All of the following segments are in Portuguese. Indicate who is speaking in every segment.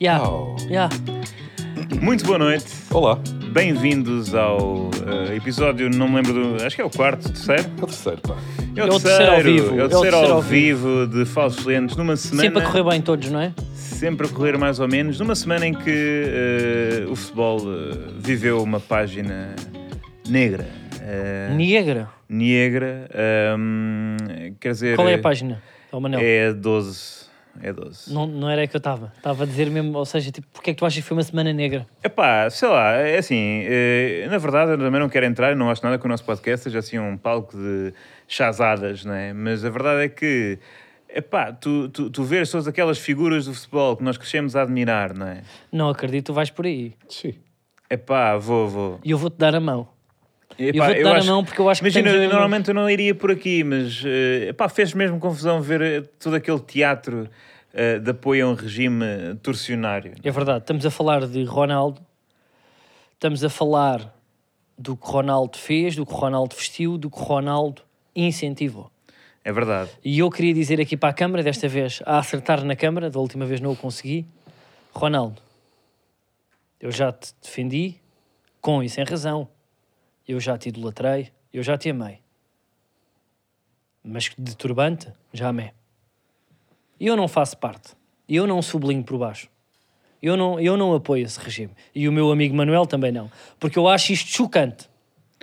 Speaker 1: Yeah.
Speaker 2: Oh.
Speaker 1: Yeah.
Speaker 3: Muito boa noite,
Speaker 2: Olá,
Speaker 3: bem-vindos ao eh, episódio, não me lembro do. Acho que é o quarto, terceiro?
Speaker 2: é o terceiro, pá.
Speaker 3: É
Speaker 1: o terceiro ao vivo.
Speaker 3: É o terceiro ao vivo de Falsos Lentes, numa semana.
Speaker 1: Sempre a correr bem todos, não é?
Speaker 3: sempre a correr mais ou menos, numa semana em que eh, o futebol eh, viveu uma página negra. eh,
Speaker 1: Negra.
Speaker 3: negra. ahm, quer dizer.
Speaker 1: Qual é a página? Oh, Manel.
Speaker 3: É 12. É 12.
Speaker 1: Não, não era aí que eu estava. Estava a dizer mesmo, ou seja, tipo, porque é que tu achas que foi uma semana negra?
Speaker 3: Epá, sei lá, é assim, eh, na verdade eu também não quero entrar, eu não acho nada que o nosso podcast seja assim um palco de chazadas, não é? Mas a verdade é que, epá, tu, tu, tu vês todas aquelas figuras do futebol que nós crescemos a admirar, não é?
Speaker 1: Não acredito, tu vais por aí.
Speaker 2: Sim.
Speaker 3: Epá, vou, vou.
Speaker 1: E eu vou-te dar a mão.
Speaker 3: Epá,
Speaker 1: vou-te dar a mão porque eu acho que
Speaker 3: Imagina,
Speaker 1: temos a mesma-
Speaker 3: normalmente eu não iria por aqui, mas eh, epá, fez mesmo confusão ver eh, todo aquele teatro eh, de apoio a um regime torcionário.
Speaker 1: É verdade, estamos a falar de Ronaldo, estamos a falar do que Ronaldo fez, do que Ronaldo vestiu, do que Ronaldo incentivou.
Speaker 3: É verdade.
Speaker 1: E eu queria dizer aqui para a câmara, desta vez a acertar na câmara, da última vez não o consegui, Ronaldo, eu já te defendi com e sem razão, eu já te idolatrei, eu já te amei, mas de turbante, já amei. E eu não faço parte, e eu não sublinho por baixo. Eu não, eu não apoio esse regime. E o meu amigo Manuel também não. Porque eu acho isto chocante.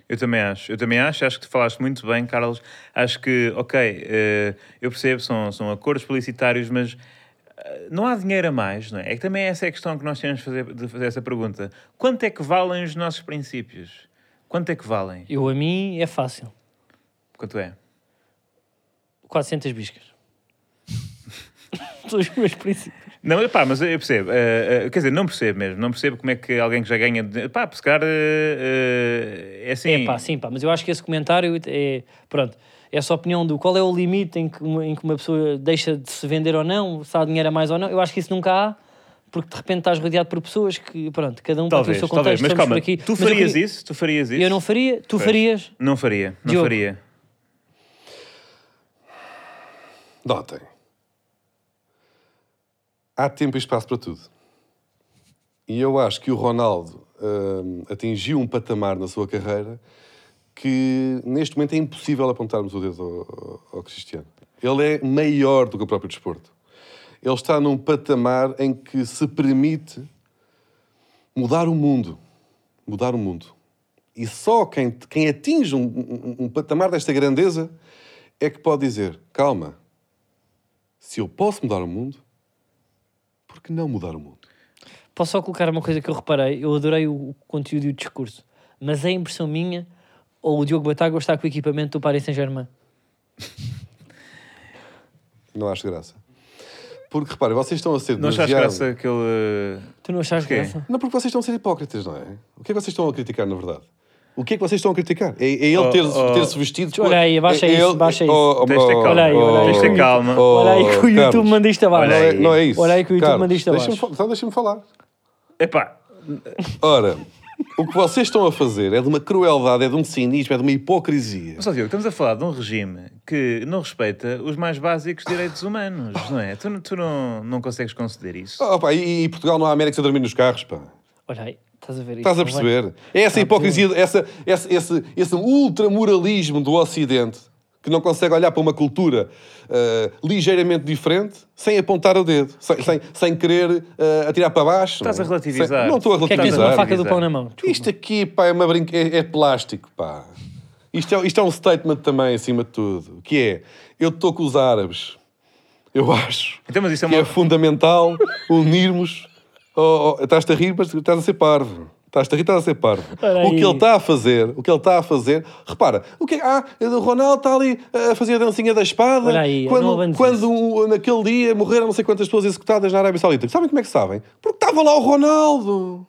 Speaker 3: Eu também acho, eu também acho, acho que tu falaste muito bem, Carlos. Acho que, ok, eh, eu percebo, são, são acordos publicitários, mas eh, não há dinheiro a mais, não é? É que também essa é a questão que nós temos de fazer, de fazer essa pergunta. Quanto é que valem os nossos princípios? Quanto é que valem?
Speaker 1: Eu, a mim, é fácil.
Speaker 3: Quanto é?
Speaker 1: 400 biscas. São os meus princípios.
Speaker 3: Não, pá, mas eu percebo. eh, eh, quer dizer, não percebo mesmo. Não percebo como é que alguém que já ganha... dinhe- Pá, pescar é assim...
Speaker 1: Pá, sim, pá, mas eu acho que esse comentário é. Pronto, essa opinião do qual é o limite em que, uma, em que uma pessoa deixa de se vender ou não, se há dinheiro a mais ou não, eu acho que isso nunca há, porque de repente estás rodeado por pessoas que, pronto, cada um
Speaker 3: talvez,
Speaker 1: para o seu contexto.
Speaker 3: talvez. Mas
Speaker 1: estamos
Speaker 3: calma,
Speaker 1: por aqui.
Speaker 3: tu
Speaker 1: Mas eu
Speaker 3: farias
Speaker 1: queria-
Speaker 3: isso? Tu farias isso?
Speaker 1: Eu não faria, tu
Speaker 3: Pois.
Speaker 1: farias.
Speaker 3: Não faria, não
Speaker 1: Diogo.
Speaker 3: faria.
Speaker 2: Notem. Há tempo e espaço para tudo. E eu acho que o Ronaldo hum, atingiu um patamar na sua carreira que neste momento é impossível apontarmos o dedo ao- ao, ao Cristiano. Ele é maior do que o próprio desporto. Ele está num patamar em que se permite mudar o mundo. Mudar o mundo. E só quem, quem atinge um- um- um patamar desta grandeza é que pode dizer: calma, se eu posso mudar o mundo, por que não mudar o mundo?
Speaker 1: Posso só colocar uma coisa que eu reparei? Eu adorei o o conteúdo e o discurso, mas é impressão minha ou o Diogo Batagos está com o equipamento do Paris Saint-Germain?
Speaker 2: Não acho graça. Porque reparem, vocês estão a ser
Speaker 3: Não achaste
Speaker 2: demasiado-
Speaker 3: graça aquele... eh,
Speaker 1: Tu não achas
Speaker 3: Porquê?
Speaker 1: graça?
Speaker 2: Não, porque vocês estão a ser hipócritas, não é? O que é que vocês estão a criticar, na verdade? O que é que vocês estão a criticar? É, é ele
Speaker 3: Oh,
Speaker 2: ter,
Speaker 3: oh.
Speaker 2: ter-se vestido... com-
Speaker 1: Olha aí, baixa
Speaker 2: é oh,
Speaker 1: isso,
Speaker 2: ele-
Speaker 1: baixa isso.
Speaker 3: Tens de ter calma.
Speaker 1: Olha aí, olha aí.
Speaker 3: Tens de ter calma.
Speaker 1: Olha aí que o YouTube
Speaker 2: oh, Carlos,
Speaker 1: manda isto abaixo.
Speaker 2: Não é, não é isso.
Speaker 1: Olha aí que o YouTube
Speaker 2: Carlos,
Speaker 1: manda isto
Speaker 2: deixa-me
Speaker 1: abaixo.
Speaker 2: fa- Então deixa-me falar.
Speaker 3: Epá,
Speaker 2: Ora, o que vocês estão a fazer é de uma crueldade, é de um cinismo, é de uma hipocrisia.
Speaker 3: Mas, ó, Diogo, estamos a falar de um regime que não respeita os mais básicos direitos humanos, não é? Tu, não- tu não, não consegues conceder isso.
Speaker 2: Oh, pá, e, e Portugal não há América a dormir nos carros, pá.
Speaker 1: Olha aí, estás a ver isto?
Speaker 2: Estás a
Speaker 1: não vai?
Speaker 2: perceber? É essa hipocrisia, essa, essa, esse, esse ultramoralismo do Ocidente que não consegue olhar para uma cultura ah, ligeiramente diferente sem apontar o dedo, sem, sem, sem querer ah, atirar para baixo.
Speaker 3: Estás
Speaker 2: não é?
Speaker 3: a relativizar.
Speaker 2: Sem- não estou a
Speaker 3: O
Speaker 1: O que é que tens
Speaker 2: relativizar.
Speaker 1: uma faca do
Speaker 3: Exato.
Speaker 1: pão na mão? Desculpa.
Speaker 2: Isto aqui pá, é, uma brinca... é, é plástico, pá. Isto é, isto é um statement também, acima de tudo, que é, eu estou com os árabes, eu acho
Speaker 3: Então, mas isso é
Speaker 2: que
Speaker 3: uma-
Speaker 2: é fundamental unirmos. ao- ao- estás-te a rir, mas estás a ser parvo. Estás-te a rir, estás a ser parvo.
Speaker 1: Ora
Speaker 2: O que
Speaker 1: aí.
Speaker 2: ele está a fazer, o que ele está a fazer, repara, o que é- ah, o Ronaldo está ali a fazer a dancinha da espada
Speaker 1: Ora aí, não
Speaker 2: quando,
Speaker 1: abandes
Speaker 2: quando um- naquele dia morreram não sei quantas pessoas executadas na Arábia Saudita. Sabem como é que sabem? Porque estava lá o Ronaldo.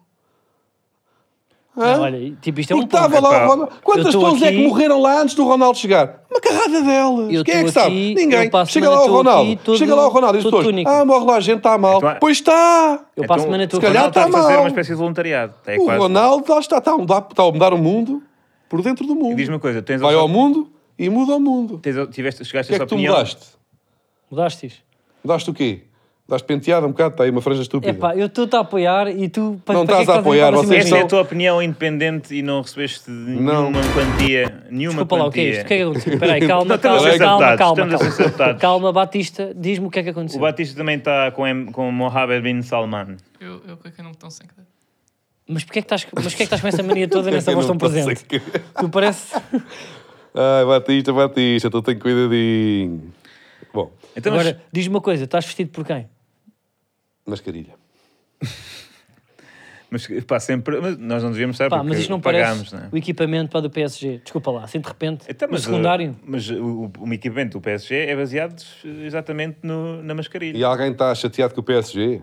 Speaker 2: Hã?
Speaker 1: Não, olha, tipo, isto é um
Speaker 2: Porque
Speaker 1: ponto.
Speaker 2: estava lá
Speaker 3: Epá,
Speaker 2: o Ronaldo. Quantas
Speaker 1: eu tô
Speaker 2: pessoas é
Speaker 1: aqui-
Speaker 2: que morreram lá antes do Ronaldo chegar? Uma carrada delas.
Speaker 1: Eu
Speaker 2: Quem é
Speaker 1: tô aqui,
Speaker 2: que sabe? Ninguém.
Speaker 1: eu passo a
Speaker 2: Chega
Speaker 1: semana
Speaker 2: lá o
Speaker 1: toda
Speaker 2: Ronaldo.
Speaker 1: aqui, todo-
Speaker 2: Chega lá o Ronaldo e as
Speaker 1: todo
Speaker 2: pessoas.
Speaker 1: túnico.
Speaker 2: Ah, morre lá a gente, está mal.
Speaker 3: Então,
Speaker 2: Pois está.
Speaker 1: Eu passo a semana
Speaker 3: então,
Speaker 1: toda.
Speaker 2: Se
Speaker 3: o Ronaldo está
Speaker 2: calhar
Speaker 3: a
Speaker 2: está
Speaker 3: fazer
Speaker 2: mal.
Speaker 3: uma espécie de voluntariado. É
Speaker 2: O
Speaker 3: quase.
Speaker 2: Ronaldo lá está, está a mudar, está a mudar o mundo por dentro do mundo.
Speaker 3: E diz-me uma coisa, tens
Speaker 2: Vai
Speaker 3: a-
Speaker 2: ao mundo e muda o mundo.
Speaker 3: Tens, tiveste,
Speaker 2: O
Speaker 3: chegaste
Speaker 2: que
Speaker 3: a
Speaker 2: é
Speaker 3: essa
Speaker 2: que tu
Speaker 3: opinião.
Speaker 2: mudaste?
Speaker 1: Mudaste isto.
Speaker 2: Mudaste o quê? Estás penteado um bocado, está aí uma franja estúpida.
Speaker 1: Epá, eu estou-te a apoiar e tu... pa-
Speaker 2: Não
Speaker 1: para que
Speaker 2: estás
Speaker 1: é que
Speaker 2: a apoiar,
Speaker 1: para cima
Speaker 2: vocês
Speaker 1: de
Speaker 3: Esta
Speaker 1: mim?
Speaker 3: é a tua opinião independente e não recebeste
Speaker 2: Não.
Speaker 3: nenhuma quantia. Nenhuma
Speaker 1: Desculpa lá, o que é
Speaker 3: quantia.
Speaker 1: isto? O que é que aconteceu? Espera aí,
Speaker 3: Não,
Speaker 1: calma,
Speaker 3: estamos a
Speaker 1: calma,
Speaker 3: ser
Speaker 1: calma,
Speaker 3: sabotados,
Speaker 1: calma.
Speaker 3: estamos a ser
Speaker 1: Calma,
Speaker 3: sabotados.
Speaker 1: Calma, Batista, diz-me o que é que aconteceu.
Speaker 3: O Batista também está com, M- com Mohammed bin Salman.
Speaker 4: Eu, eu cliquei num botão sem querer.
Speaker 1: Mas porquê é que estás, mas porquê é que estás com essa mania toda nessa
Speaker 2: Eu
Speaker 1: voz tão
Speaker 2: não posso
Speaker 1: um presente?
Speaker 2: dizer que-
Speaker 1: Tu parece...
Speaker 2: Ai, Batista, Batista, tu tem cuidadinho. Bom,
Speaker 3: Então, mas-
Speaker 1: Agora, diz-me uma coisa, estás vestido por quem?
Speaker 2: mascarilha.
Speaker 3: mas, pá, sempre. mas nós não devíamos estar
Speaker 1: Pá,
Speaker 3: porque
Speaker 1: mas isto não
Speaker 3: pagámos,
Speaker 1: parece
Speaker 3: não é?
Speaker 1: o equipamento para do PSG. Desculpa lá, assim de repente,
Speaker 3: Então,
Speaker 1: no
Speaker 3: mas, uh,
Speaker 1: secundário.
Speaker 3: Mas o, o- o equipamento do PSG é baseado eh, exatamente no- na mascarilha.
Speaker 2: E alguém está chateado com o PSG?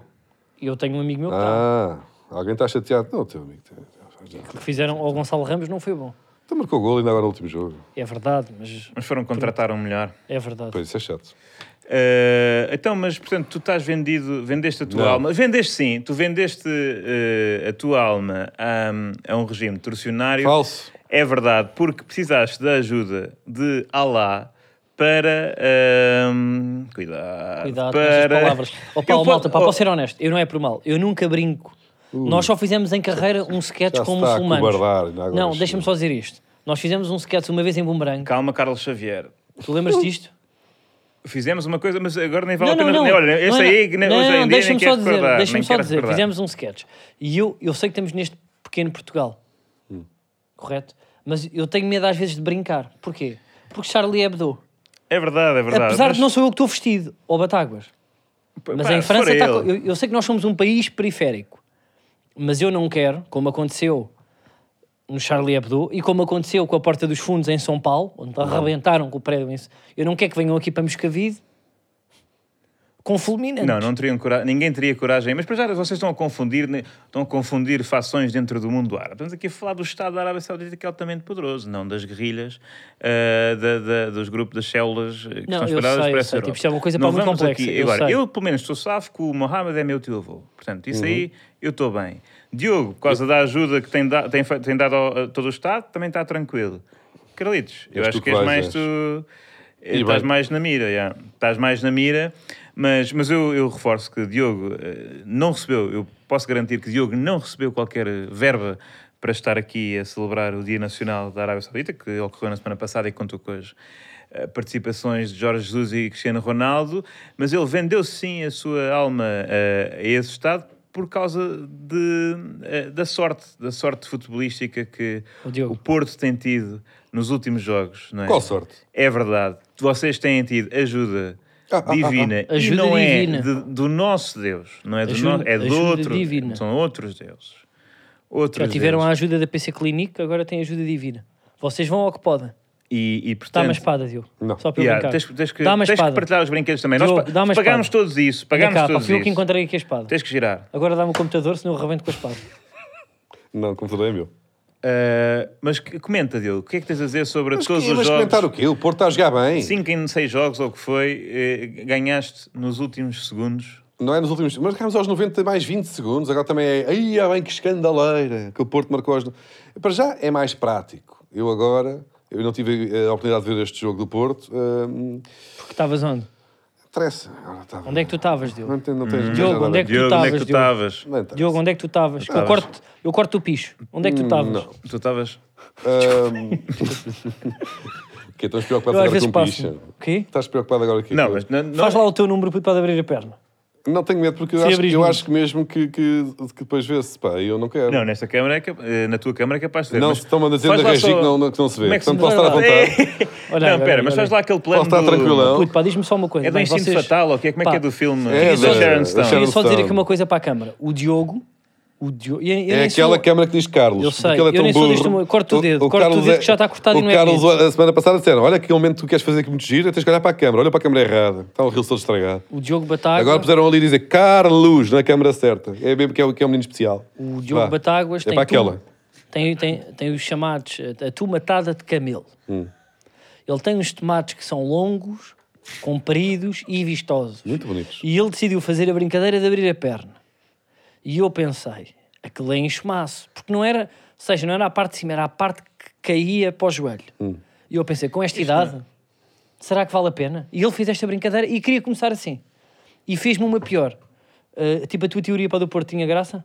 Speaker 1: E eu tenho um amigo meu que tá,
Speaker 2: Ah, alguém está chateado? Não, teu amigo. Ah.
Speaker 1: que fizeram ao Gonçalo Ramos, não foi bom.
Speaker 2: Até marcou gol ainda agora no último jogo.
Speaker 1: É verdade, mas
Speaker 3: Mas foram contratar um melhor.
Speaker 1: é verdade.
Speaker 2: Pois, isso é chato.
Speaker 3: Eh, então, mas portanto, tu estás vendido, vendeste a tua
Speaker 2: Não.
Speaker 3: alma. Vendeste sim, tu vendeste eh, a tua alma a, a um regime torcionário.
Speaker 2: Falso.
Speaker 3: É verdade, porque precisaste da ajuda de Alá para. ehm, cuidado.
Speaker 1: Cuidado com
Speaker 3: para...
Speaker 1: estas palavras. Ó pá,
Speaker 3: Eu
Speaker 1: ó,
Speaker 3: po-
Speaker 1: malta, pá,
Speaker 3: oh,
Speaker 1: posso ser honesto, eu não é por mal, eu nunca brinco. Nós só fizemos em carreira um sketch
Speaker 2: Uh. já se
Speaker 1: com
Speaker 2: está a
Speaker 1: muçulmanos.
Speaker 2: acobardar, ainda agora
Speaker 1: Não,
Speaker 2: sim.
Speaker 1: deixa-me só dizer isto. Nós fizemos um sketch uma vez em Boomerang.
Speaker 3: Calma, Carlos Xavier.
Speaker 1: Tu lembras disto?
Speaker 3: Fizemos uma coisa, mas agora nem vale a pena. nem- Olha, esse
Speaker 1: Não,
Speaker 3: aí que nem-
Speaker 1: não, não,
Speaker 3: hoje em dia nem
Speaker 1: deixa-me
Speaker 3: quero
Speaker 1: só dizer,
Speaker 3: recordar.
Speaker 1: deixa-me
Speaker 3: nem
Speaker 1: só
Speaker 3: quero
Speaker 1: dizer,
Speaker 3: recordar.
Speaker 1: fizemos um sketch. E eu, eu sei que estamos neste pequeno Portugal,
Speaker 2: Hum.
Speaker 1: correto? Mas eu tenho medo às vezes de brincar. Porquê? Porque Charlie Hebdo,
Speaker 3: É verdade, é verdade.
Speaker 1: apesar
Speaker 3: mas-
Speaker 1: de não sou eu que estou vestido, ou Batáguas,
Speaker 3: pá,
Speaker 1: mas
Speaker 3: se
Speaker 1: em
Speaker 3: for
Speaker 1: França tá está,
Speaker 3: ele.
Speaker 1: co- eu, eu sei que nós somos um país periférico, mas eu não quero, como aconteceu no Charlie Hebdo e como aconteceu com a Porta dos Fundos em São Paulo, onde arrebentaram com o prédio, em- eu não quero que venham aqui para Moscavide com fulminantes.
Speaker 3: Não, não teriam coragem, ninguém teria coragem. Mas para já, vocês estão a confundir, né? estão a confundir fações dentro do mundo árabe. Estamos aqui a falar do Estado da Arábia Saudita que é altamente poderoso, não das guerrilhas, ah, da- da- dos grupos das células eh, que
Speaker 1: Não,
Speaker 3: estão
Speaker 1: eu
Speaker 3: espalhadas
Speaker 1: sei,
Speaker 3: por
Speaker 1: eu
Speaker 3: essa
Speaker 1: sei.
Speaker 3: Europa.
Speaker 1: Tipo, isto é uma coisa, pá,
Speaker 3: não
Speaker 1: muito
Speaker 3: vamos
Speaker 1: complexa,
Speaker 3: aqui.
Speaker 1: eu
Speaker 3: Agora,
Speaker 1: sei.
Speaker 3: eu pelo menos estou safo que o Mohamed é meu tio avô. Portanto, isso
Speaker 1: Uhum.
Speaker 3: aí eu estou bem. Diogo, por causa da ajuda que tem, da- tem fe- tem dado ao- a todo o Estado, também está tranquilo. Carlitos, eu
Speaker 2: És
Speaker 3: acho
Speaker 2: tu que
Speaker 3: que és
Speaker 2: vais,
Speaker 3: mais
Speaker 2: és.
Speaker 3: tu.
Speaker 2: E
Speaker 3: eh, Estás
Speaker 2: bem.
Speaker 3: mais na mira, já. Estás mais na mira, mas, mas eu, eu reforço que Diogo eh, não recebeu, eu posso garantir que Diogo não recebeu qualquer verba para estar aqui a celebrar o Dia Nacional da Arábia Saudita, que ocorreu na semana passada e contou com as eh, participações de Jorge Jesus e Cristiano Ronaldo, mas ele vendeu sim a sua alma eh, a esse Estado por causa de, eh, da sorte, da sorte futebolística que
Speaker 1: Ó, Diogo.
Speaker 3: o Porto tem tido nos últimos jogos, não é?
Speaker 2: Qual sorte?
Speaker 3: É verdade. Vocês têm tido ajuda
Speaker 2: Ah, ah,
Speaker 3: divina.
Speaker 1: ah. Ajuda
Speaker 3: e não é
Speaker 1: divina.
Speaker 3: de- do nosso Deus. Não é do
Speaker 1: Ajuda-
Speaker 3: nosso. É do
Speaker 1: ajuda
Speaker 3: outro.
Speaker 1: divina.
Speaker 3: São outros deuses. Outros
Speaker 1: Já tiveram a
Speaker 3: deuses.
Speaker 1: ajuda da PC Clinic, agora têm ajuda divina. Vocês vão ao que podem.
Speaker 3: E, e
Speaker 1: Dá-me a
Speaker 3: portanto.
Speaker 1: espada, Diogo.
Speaker 2: Não.
Speaker 1: Só para eu
Speaker 3: yeah,
Speaker 1: brincar.
Speaker 3: tens, tens que,
Speaker 1: Dá-me a
Speaker 3: tens que
Speaker 1: espada.
Speaker 3: partilhar os brinquedos também.
Speaker 1: Diogo,
Speaker 3: Nós pa-
Speaker 1: dá-me a
Speaker 3: pagámos
Speaker 1: espada.
Speaker 3: todos isso.
Speaker 1: Olha
Speaker 3: Pagámos
Speaker 1: cá, pá,
Speaker 3: todos
Speaker 1: fui eu
Speaker 3: isso.
Speaker 1: que encontrei aqui a espada.
Speaker 3: Tens que girar.
Speaker 1: Agora dá-me o computador, senão eu rebento com a espada.
Speaker 2: Não, como é meu.
Speaker 3: Ah, mas que- comenta, Diogo. O que é que tens a dizer sobre
Speaker 2: Mas,
Speaker 3: todos
Speaker 2: que,
Speaker 3: os
Speaker 2: mas
Speaker 3: jogos?
Speaker 2: comentar o quê? O Porto está a jogar bem.
Speaker 3: Cinco em seis jogos, ou o que foi, eh, ganhaste nos últimos segundos.
Speaker 2: Não é nos últimos. Mas marcámos aos 90 mais 20 segundos. Agora também é. Ai, ah, bem que escandaleira que o Porto marcou aos. no- Para já é mais prático. Eu agora. Eu não tive eh, a oportunidade de ver este jogo do Porto. Hum,
Speaker 1: Porque estavas onde?
Speaker 2: interessa. Agora estava-
Speaker 1: Onde é que tu estavas, Diogo?
Speaker 2: Não, tem- não tens
Speaker 1: Diogo, onde é que tu
Speaker 3: Diogo, onde é que tu
Speaker 1: estavas,
Speaker 3: estavas?
Speaker 2: Não interessa.
Speaker 1: Diogo, onde é que tu estavas? Eu
Speaker 3: Estavas.
Speaker 1: corto, eu corto o picho. Onde é que tu estavas?
Speaker 2: Hum, Não.
Speaker 3: Tu estavas.
Speaker 2: Hum, que estás preocupado
Speaker 1: Eu às
Speaker 2: agora
Speaker 1: vezes
Speaker 2: com
Speaker 1: passo.
Speaker 2: picha?
Speaker 1: O quê?
Speaker 2: Estás preocupado agora aqui?
Speaker 3: Não, mas não, não-
Speaker 1: Faz lá o teu número para abrir a perna.
Speaker 2: Não tenho medo porque eu
Speaker 1: Se
Speaker 2: acho,
Speaker 1: abris
Speaker 2: eu
Speaker 1: muito.
Speaker 2: acho que mesmo que, que, que depois vê-se, pá, eu não quero.
Speaker 3: um- Não, nesta câmara, é cap- eh, na tua câmara é capaz de ver.
Speaker 2: Não,
Speaker 3: mas
Speaker 2: se estão a dizer
Speaker 3: faz
Speaker 2: na
Speaker 3: lá
Speaker 2: regi que não- não- que não se vê.
Speaker 3: Como é que se
Speaker 2: Portanto,
Speaker 1: posso
Speaker 2: estar a apontar.
Speaker 1: Olha,
Speaker 3: não,
Speaker 1: olha,
Speaker 3: pera,
Speaker 1: olha,
Speaker 3: mas
Speaker 1: olha.
Speaker 3: faz lá aquele plano
Speaker 2: Posso estar
Speaker 3: do...
Speaker 2: tranquilão? Não.
Speaker 1: Puto, pá, diz-me só uma coisa.
Speaker 3: É do
Speaker 1: bem,
Speaker 3: Instinto
Speaker 1: vocês-
Speaker 3: Fatal, ou o que é, como é que
Speaker 1: Pá,
Speaker 3: é do então. filme?
Speaker 2: É
Speaker 3: da
Speaker 2: da-
Speaker 3: Sharon
Speaker 1: Queria
Speaker 3: Stone.
Speaker 1: só dizer
Speaker 2: Sharon
Speaker 1: aqui uma coisa para a câmara. O Diogo... O Diogo e- e
Speaker 2: É
Speaker 1: nem sou-
Speaker 2: aquela câmara que diz Carlos.
Speaker 1: Eu sei,
Speaker 2: porque ele é
Speaker 1: eu
Speaker 2: tão
Speaker 1: nem sou
Speaker 2: burro.
Speaker 1: deste mundo. Corta o dedo, corta o
Speaker 2: Carlos
Speaker 1: dedo que já está cortado e
Speaker 2: o
Speaker 1: não é
Speaker 2: Carlos,
Speaker 1: bonito.
Speaker 2: a semana passada, disseram: Olha, aquele momento que tu queres fazer que muito giro, tens que olhar para a câmara. Olha para a câmara errada. Está o rio todo estragado.
Speaker 1: O Diogo Batáguas...
Speaker 2: Agora puseram ali dizer Carlos na câmara certa. É mesmo que é, que é um menino especial.
Speaker 1: O Diogo
Speaker 2: Vá.
Speaker 1: Batáguas
Speaker 2: É
Speaker 1: tem,
Speaker 2: para
Speaker 1: tu-
Speaker 2: aquela.
Speaker 1: tem, tem, tem os chamados a, a tomatada de camelo.
Speaker 2: Hum.
Speaker 1: Ele tem uns tomates que são longos, compridos e vistosos.
Speaker 2: Muito bonitos.
Speaker 1: E ele decidiu fazer a brincadeira de abrir a perna. E eu pensei, aquele é enxumaço. Porque não era, ou seja, não era a parte de cima, era a parte que caía para o joelho.
Speaker 2: Hum.
Speaker 1: E eu pensei, com esta idade, será que vale a pena? E ele fez esta brincadeira e queria começar assim. E fez-me uma pior. Uh, tipo, a tua teoria para o do Porto tinha graça?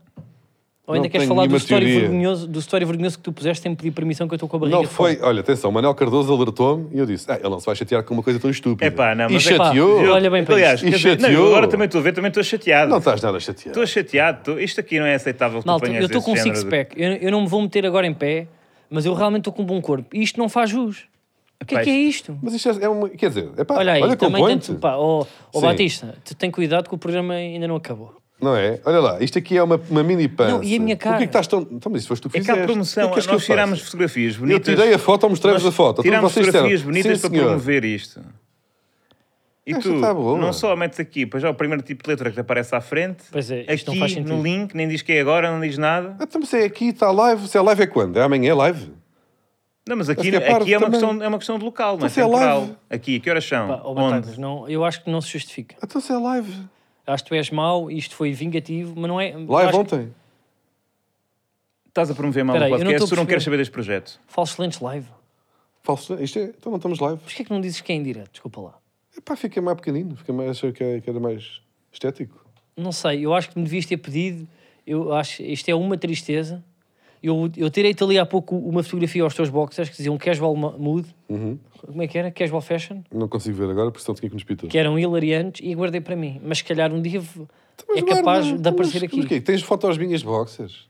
Speaker 1: Ou ainda
Speaker 2: Não
Speaker 1: queres
Speaker 2: tenho
Speaker 1: falar do
Speaker 2: nenhuma
Speaker 1: história,
Speaker 2: teoria.
Speaker 1: vergonhoso, do história vergonhoso que tu puseste sem pedir permissão que eu estou com a barriga
Speaker 2: Não
Speaker 1: de
Speaker 2: foi.
Speaker 1: fora?
Speaker 2: Olha, atenção, o Manuel Cardoso alertou-me e eu disse: ah, ele não se vai chatear com uma coisa tão estúpida.
Speaker 3: Epá, não,
Speaker 2: e
Speaker 3: mas é
Speaker 1: pá,
Speaker 2: chateou.
Speaker 1: eu- Olha bem para
Speaker 3: Aliás,
Speaker 2: isto.
Speaker 3: quer
Speaker 2: E
Speaker 3: dizer, não, eu
Speaker 2: chateou.
Speaker 3: agora também estou a ver, também estou chateado.
Speaker 2: Não tá- estás nada chateado.
Speaker 3: Estou chateado. estou- Isto aqui não é aceitável que
Speaker 1: Malta,
Speaker 3: tu ponhas
Speaker 1: eu estou
Speaker 3: esse
Speaker 1: com um
Speaker 3: género de-
Speaker 1: six-pack. Eu, eu não me vou meter agora em pé, mas eu realmente estou com um bom corpo. E isto não faz jus. O que é
Speaker 3: Epá,
Speaker 1: que é isto?
Speaker 2: Mas isto é, é uma. Quer dizer, epá,
Speaker 1: Olha aí, também
Speaker 2: compõe-te.
Speaker 1: tanto. Pá, ó ó,
Speaker 2: Sim.
Speaker 1: Batista, tu tem cuidado que o programa ainda não acabou.
Speaker 2: Não é? Olha lá, isto aqui é uma, uma mini pança.
Speaker 1: Não, e a minha cara?
Speaker 2: O que é que estás tão. Então, mas isso foste tu que
Speaker 3: É que há
Speaker 2: fizeste.
Speaker 3: promoção,
Speaker 2: O que é que és que eu
Speaker 3: nós tirámos
Speaker 2: faço?
Speaker 3: fotografias
Speaker 2: Eu
Speaker 3: bonitas.
Speaker 2: tirei a foto ou mostrei-vos a
Speaker 3: Nós
Speaker 2: foto. Então,
Speaker 3: Tirámos
Speaker 2: vocês disseram,
Speaker 3: fotografias bonitas
Speaker 2: "Sim,
Speaker 3: para
Speaker 2: senhor."
Speaker 3: promover isto. E
Speaker 2: Esta
Speaker 3: tu,
Speaker 2: está boa.
Speaker 3: não só metes aqui, pois já o primeiro tipo de letra que te aparece à frente,
Speaker 1: Pois é, isto não
Speaker 3: aqui
Speaker 1: faz sentido.
Speaker 3: no link, nem diz que é agora, não diz nada.
Speaker 2: Então, mas é aqui, está live. Se é live é quando? É amanhã, é live.
Speaker 3: Não, mas
Speaker 2: Acho
Speaker 3: aqui,
Speaker 2: que é parvo
Speaker 3: aqui é, uma
Speaker 2: também.
Speaker 3: questão, é uma questão de local, não é
Speaker 2: Mas é live.
Speaker 3: temporal. Aqui, que horas são?
Speaker 1: Pá, oh, ó,
Speaker 3: Onde?
Speaker 1: Batatas, não, eu acho que não se justifica.
Speaker 2: Então, se é live.
Speaker 1: Acho que tu és mau, isto foi vingativo, mas não é. eu
Speaker 2: Live
Speaker 1: acho que-
Speaker 2: ontem.
Speaker 3: Estás a promover mal
Speaker 1: Espera
Speaker 3: o
Speaker 1: aí, eu não
Speaker 3: podcast,
Speaker 1: estou a
Speaker 3: tu
Speaker 1: perceber.
Speaker 3: não queres saber deste projeto.
Speaker 1: Falo excelentes live.
Speaker 2: Falso. Isto é. Então, não estamos live.
Speaker 1: Porquê é que não dizes que é em direto? Desculpa lá.
Speaker 2: Epá, fica mais pequenino. Fica mais. Achei que é- que era mais estético.
Speaker 1: Não sei, eu acho que me devias ter pedido. Eu acho isto é uma tristeza. Eu, eu tirei-te ali há pouco uma fotografia aos teus boxers que diziam casual mo- mood.
Speaker 2: Uhum.
Speaker 1: Como é que era? Casual fashion?
Speaker 2: Não consigo ver agora, porque senão tinha que nos pitar.
Speaker 1: Que eram hilariantes e guardei para mim. Mas se calhar um dia v-
Speaker 2: Então, Mas
Speaker 1: é capaz
Speaker 2: guarda,
Speaker 1: de aparecer
Speaker 2: mas-
Speaker 1: aqui.
Speaker 2: mas o quê? Tens fotos minhas de boxers?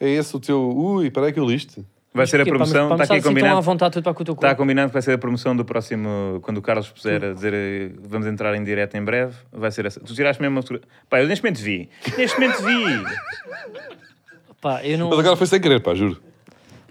Speaker 2: É esse o teu. Ui, peraí que eu liste.
Speaker 3: Vai ser a
Speaker 1: Porquê, pá, mas-
Speaker 3: promoção,
Speaker 1: pá, mas
Speaker 3: está aqui
Speaker 1: estás assim tão à
Speaker 3: combinado. Tá
Speaker 1: vontade tudo para com o teu corpo.
Speaker 3: Está combinado que vai ser a promoção do próximo. Quando o Carlos puser a dizer eh, vamos entrar em direto em breve, vai ser essa. Tu tiraste mesmo a fotografia. Pá, eu neste momento vi. Neste momento vi.
Speaker 1: Pá, eu não,
Speaker 2: Mas agora foi sem querer, pá, juro.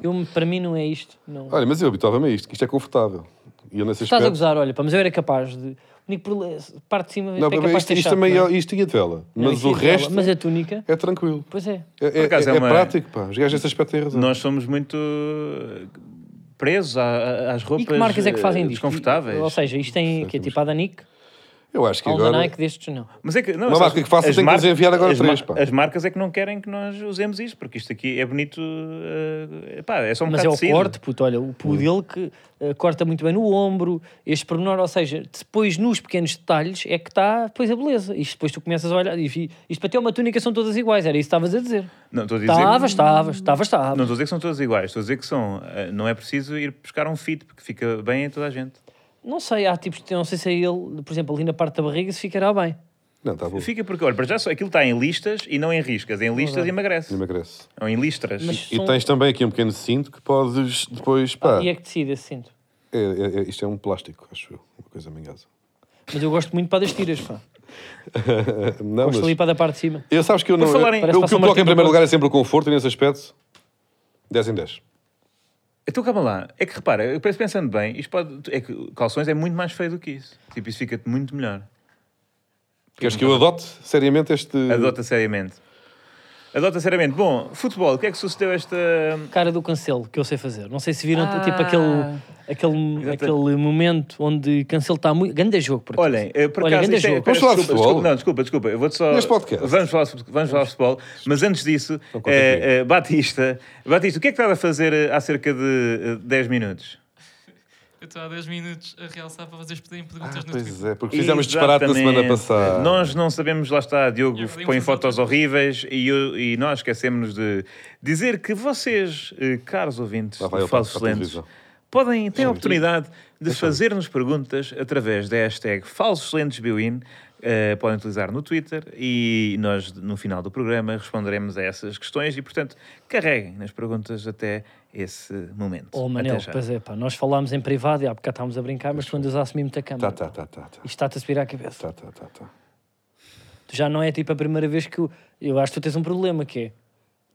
Speaker 1: eu, para mim não é isto. Não.
Speaker 2: Olha, mas eu habituava-me a isto, que isto é confortável. E eu nesse
Speaker 1: Estás a
Speaker 2: aspecto.
Speaker 1: gozar, olha, pá, mas eu era capaz de. O único problema, parte de cima
Speaker 2: Não,
Speaker 1: é capaz
Speaker 2: bem,
Speaker 1: de
Speaker 2: isto,
Speaker 1: ter
Speaker 2: isto
Speaker 1: chato,
Speaker 2: também
Speaker 1: não é?
Speaker 2: é, isto tinha de vela.
Speaker 1: Não,
Speaker 2: Mas
Speaker 1: isso
Speaker 2: o
Speaker 1: é aquela-
Speaker 2: resto
Speaker 1: Mas a túnica,
Speaker 2: é tranquilo.
Speaker 1: pois é.
Speaker 2: É, é-
Speaker 3: acaso,
Speaker 2: é
Speaker 3: é uma-
Speaker 2: prático, pá. Os gajos nesse aspecto têm razão.
Speaker 3: Nós somos muito presos à- à- às roupas
Speaker 1: E que marcas é que fazem
Speaker 3: eh,
Speaker 1: disto?
Speaker 3: desconfortáveis.
Speaker 1: Ou seja, isto tem que é tipo a da Nick,
Speaker 2: Eu acho que
Speaker 1: a da
Speaker 2: agora.
Speaker 1: Nike, destes não.
Speaker 3: Mas é que, não,
Speaker 2: Uma
Speaker 3: sabes,
Speaker 2: marca que faça
Speaker 3: as
Speaker 2: tem que nos
Speaker 3: marcas-
Speaker 2: enviar agora
Speaker 3: as mar-
Speaker 2: três, pá.
Speaker 3: As marcas é que não querem que nós usemos isto, porque isto aqui é bonito. eh, pá, é só um
Speaker 1: Mas é
Speaker 3: bocado
Speaker 1: o
Speaker 3: de tecido.
Speaker 1: corte, puto, olha, o pudel que eh, corta muito bem no ombro, este pormenor, ou seja, depois nos pequenos detalhes é que está depois a beleza. Isto depois tu começas a olhar, e vi- isto para ter uma túnica são todas iguais, era isso que estavas a dizer.
Speaker 3: Não estou a dizer.
Speaker 1: Estavas, estavas, estavas, estavas.
Speaker 3: Não estou a dizer que são todas iguais, estou a dizer que são. eh, Não é preciso ir buscar um fit, porque fica bem a toda a gente.
Speaker 1: Não sei, há tipos, de- não sei se é ele, por exemplo, ali na parte da barriga, se ficará bem.
Speaker 2: Não, está bom.
Speaker 3: Fica porque, olha, para já só aquilo está em listas e não em riscas. Em listas emagrece.
Speaker 2: Emagrece.
Speaker 3: Ou em listras.
Speaker 1: Mas
Speaker 2: E
Speaker 1: são-
Speaker 2: tens também aqui um pequeno cinto que podes depois. Pá,
Speaker 1: E é que decide esse cinto.
Speaker 2: é- é- é- isto é um plástico, acho eu. Uma coisa manhosa.
Speaker 1: Mas eu gosto muito para das tiras, pá.
Speaker 2: não,
Speaker 1: Gosto ali
Speaker 2: mas.
Speaker 1: para da parte de cima.
Speaker 2: Eu sabes que eu não.
Speaker 3: falar em-
Speaker 2: eu-
Speaker 1: Parece
Speaker 2: o que
Speaker 1: passar
Speaker 2: eu
Speaker 1: uma
Speaker 2: coloco em
Speaker 1: tempo
Speaker 2: primeiro
Speaker 1: todo.
Speaker 2: lugar é sempre o conforto e nesse aspecto. 10 em 10.
Speaker 3: Então calma lá. É que repara, eu penso- pensando bem, isto pode. É que calções é muito mais feio do que isso. Tipo, isso fica-te muito melhor.
Speaker 2: Queres que eu adote seriamente este.
Speaker 3: Adota seriamente. Adota seriamente. Bom, futebol, o que é que sucedeu esta.
Speaker 1: cara do cancelo que eu sei fazer. Não sei se viram
Speaker 3: Ah.
Speaker 1: tipo aquele, aquele,
Speaker 3: Exato.
Speaker 1: aquele momento onde cancelo está muito. Grande jogo, por acaso.
Speaker 3: Olhem, eh, por acaso.
Speaker 1: grande
Speaker 3: isto é-
Speaker 1: jogo.
Speaker 3: espera,
Speaker 2: Vamos falar de
Speaker 3: desculpa,
Speaker 2: futebol?
Speaker 3: desculpa, não, desculpa, desculpa. Eu vou só.
Speaker 2: Neste podcast. Então
Speaker 3: Vamos falar, de- vamos falar de futebol. Mas antes disso,
Speaker 2: conta
Speaker 3: eh,
Speaker 2: comigo.
Speaker 3: eh, Batista, Batista, o que é que estás a fazer eh, há cerca de eh, 10 minutos?
Speaker 4: Eu estou há 10 minutos a realçar para vocês pedirem perguntas no Twitter.
Speaker 2: Pois é, porque fizemos disparate na semana
Speaker 3: Exatamente.
Speaker 2: passada.
Speaker 3: Nós não sabemos, lá está, Diogo
Speaker 4: Eu queria
Speaker 3: põe
Speaker 4: fazer outra
Speaker 3: fotos horríveis e, eu- e nós esquecemos de dizer que vocês, eh, caros ouvintes
Speaker 2: Lá vai
Speaker 3: de
Speaker 2: ele para-
Speaker 3: Falsos
Speaker 2: para a
Speaker 3: Lentos,
Speaker 2: televisão.
Speaker 3: podem, têm a oportunidade de fazer-nos perguntas através da hashtag Falsos Lentes Bwin. eh, podem utilizar no Twitter e nós, no final do programa, responderemos a essas questões e, portanto, carreguem nas perguntas até esse momento.
Speaker 1: Oh,
Speaker 3: até
Speaker 1: Manel,
Speaker 3: já.
Speaker 1: pois é, pá. Nós falámos em privado e há bocado estávamos a brincar, mas tu andas a assumir muita
Speaker 2: Tá,
Speaker 1: câmara.
Speaker 2: tá, tá, tá. tá.
Speaker 1: Isto está-te a subir à cabeça.
Speaker 2: Tá, tá, tá, tá.
Speaker 1: Tu já não é tipo a primeira vez que. Eu, eu acho que tu tens um problema que é.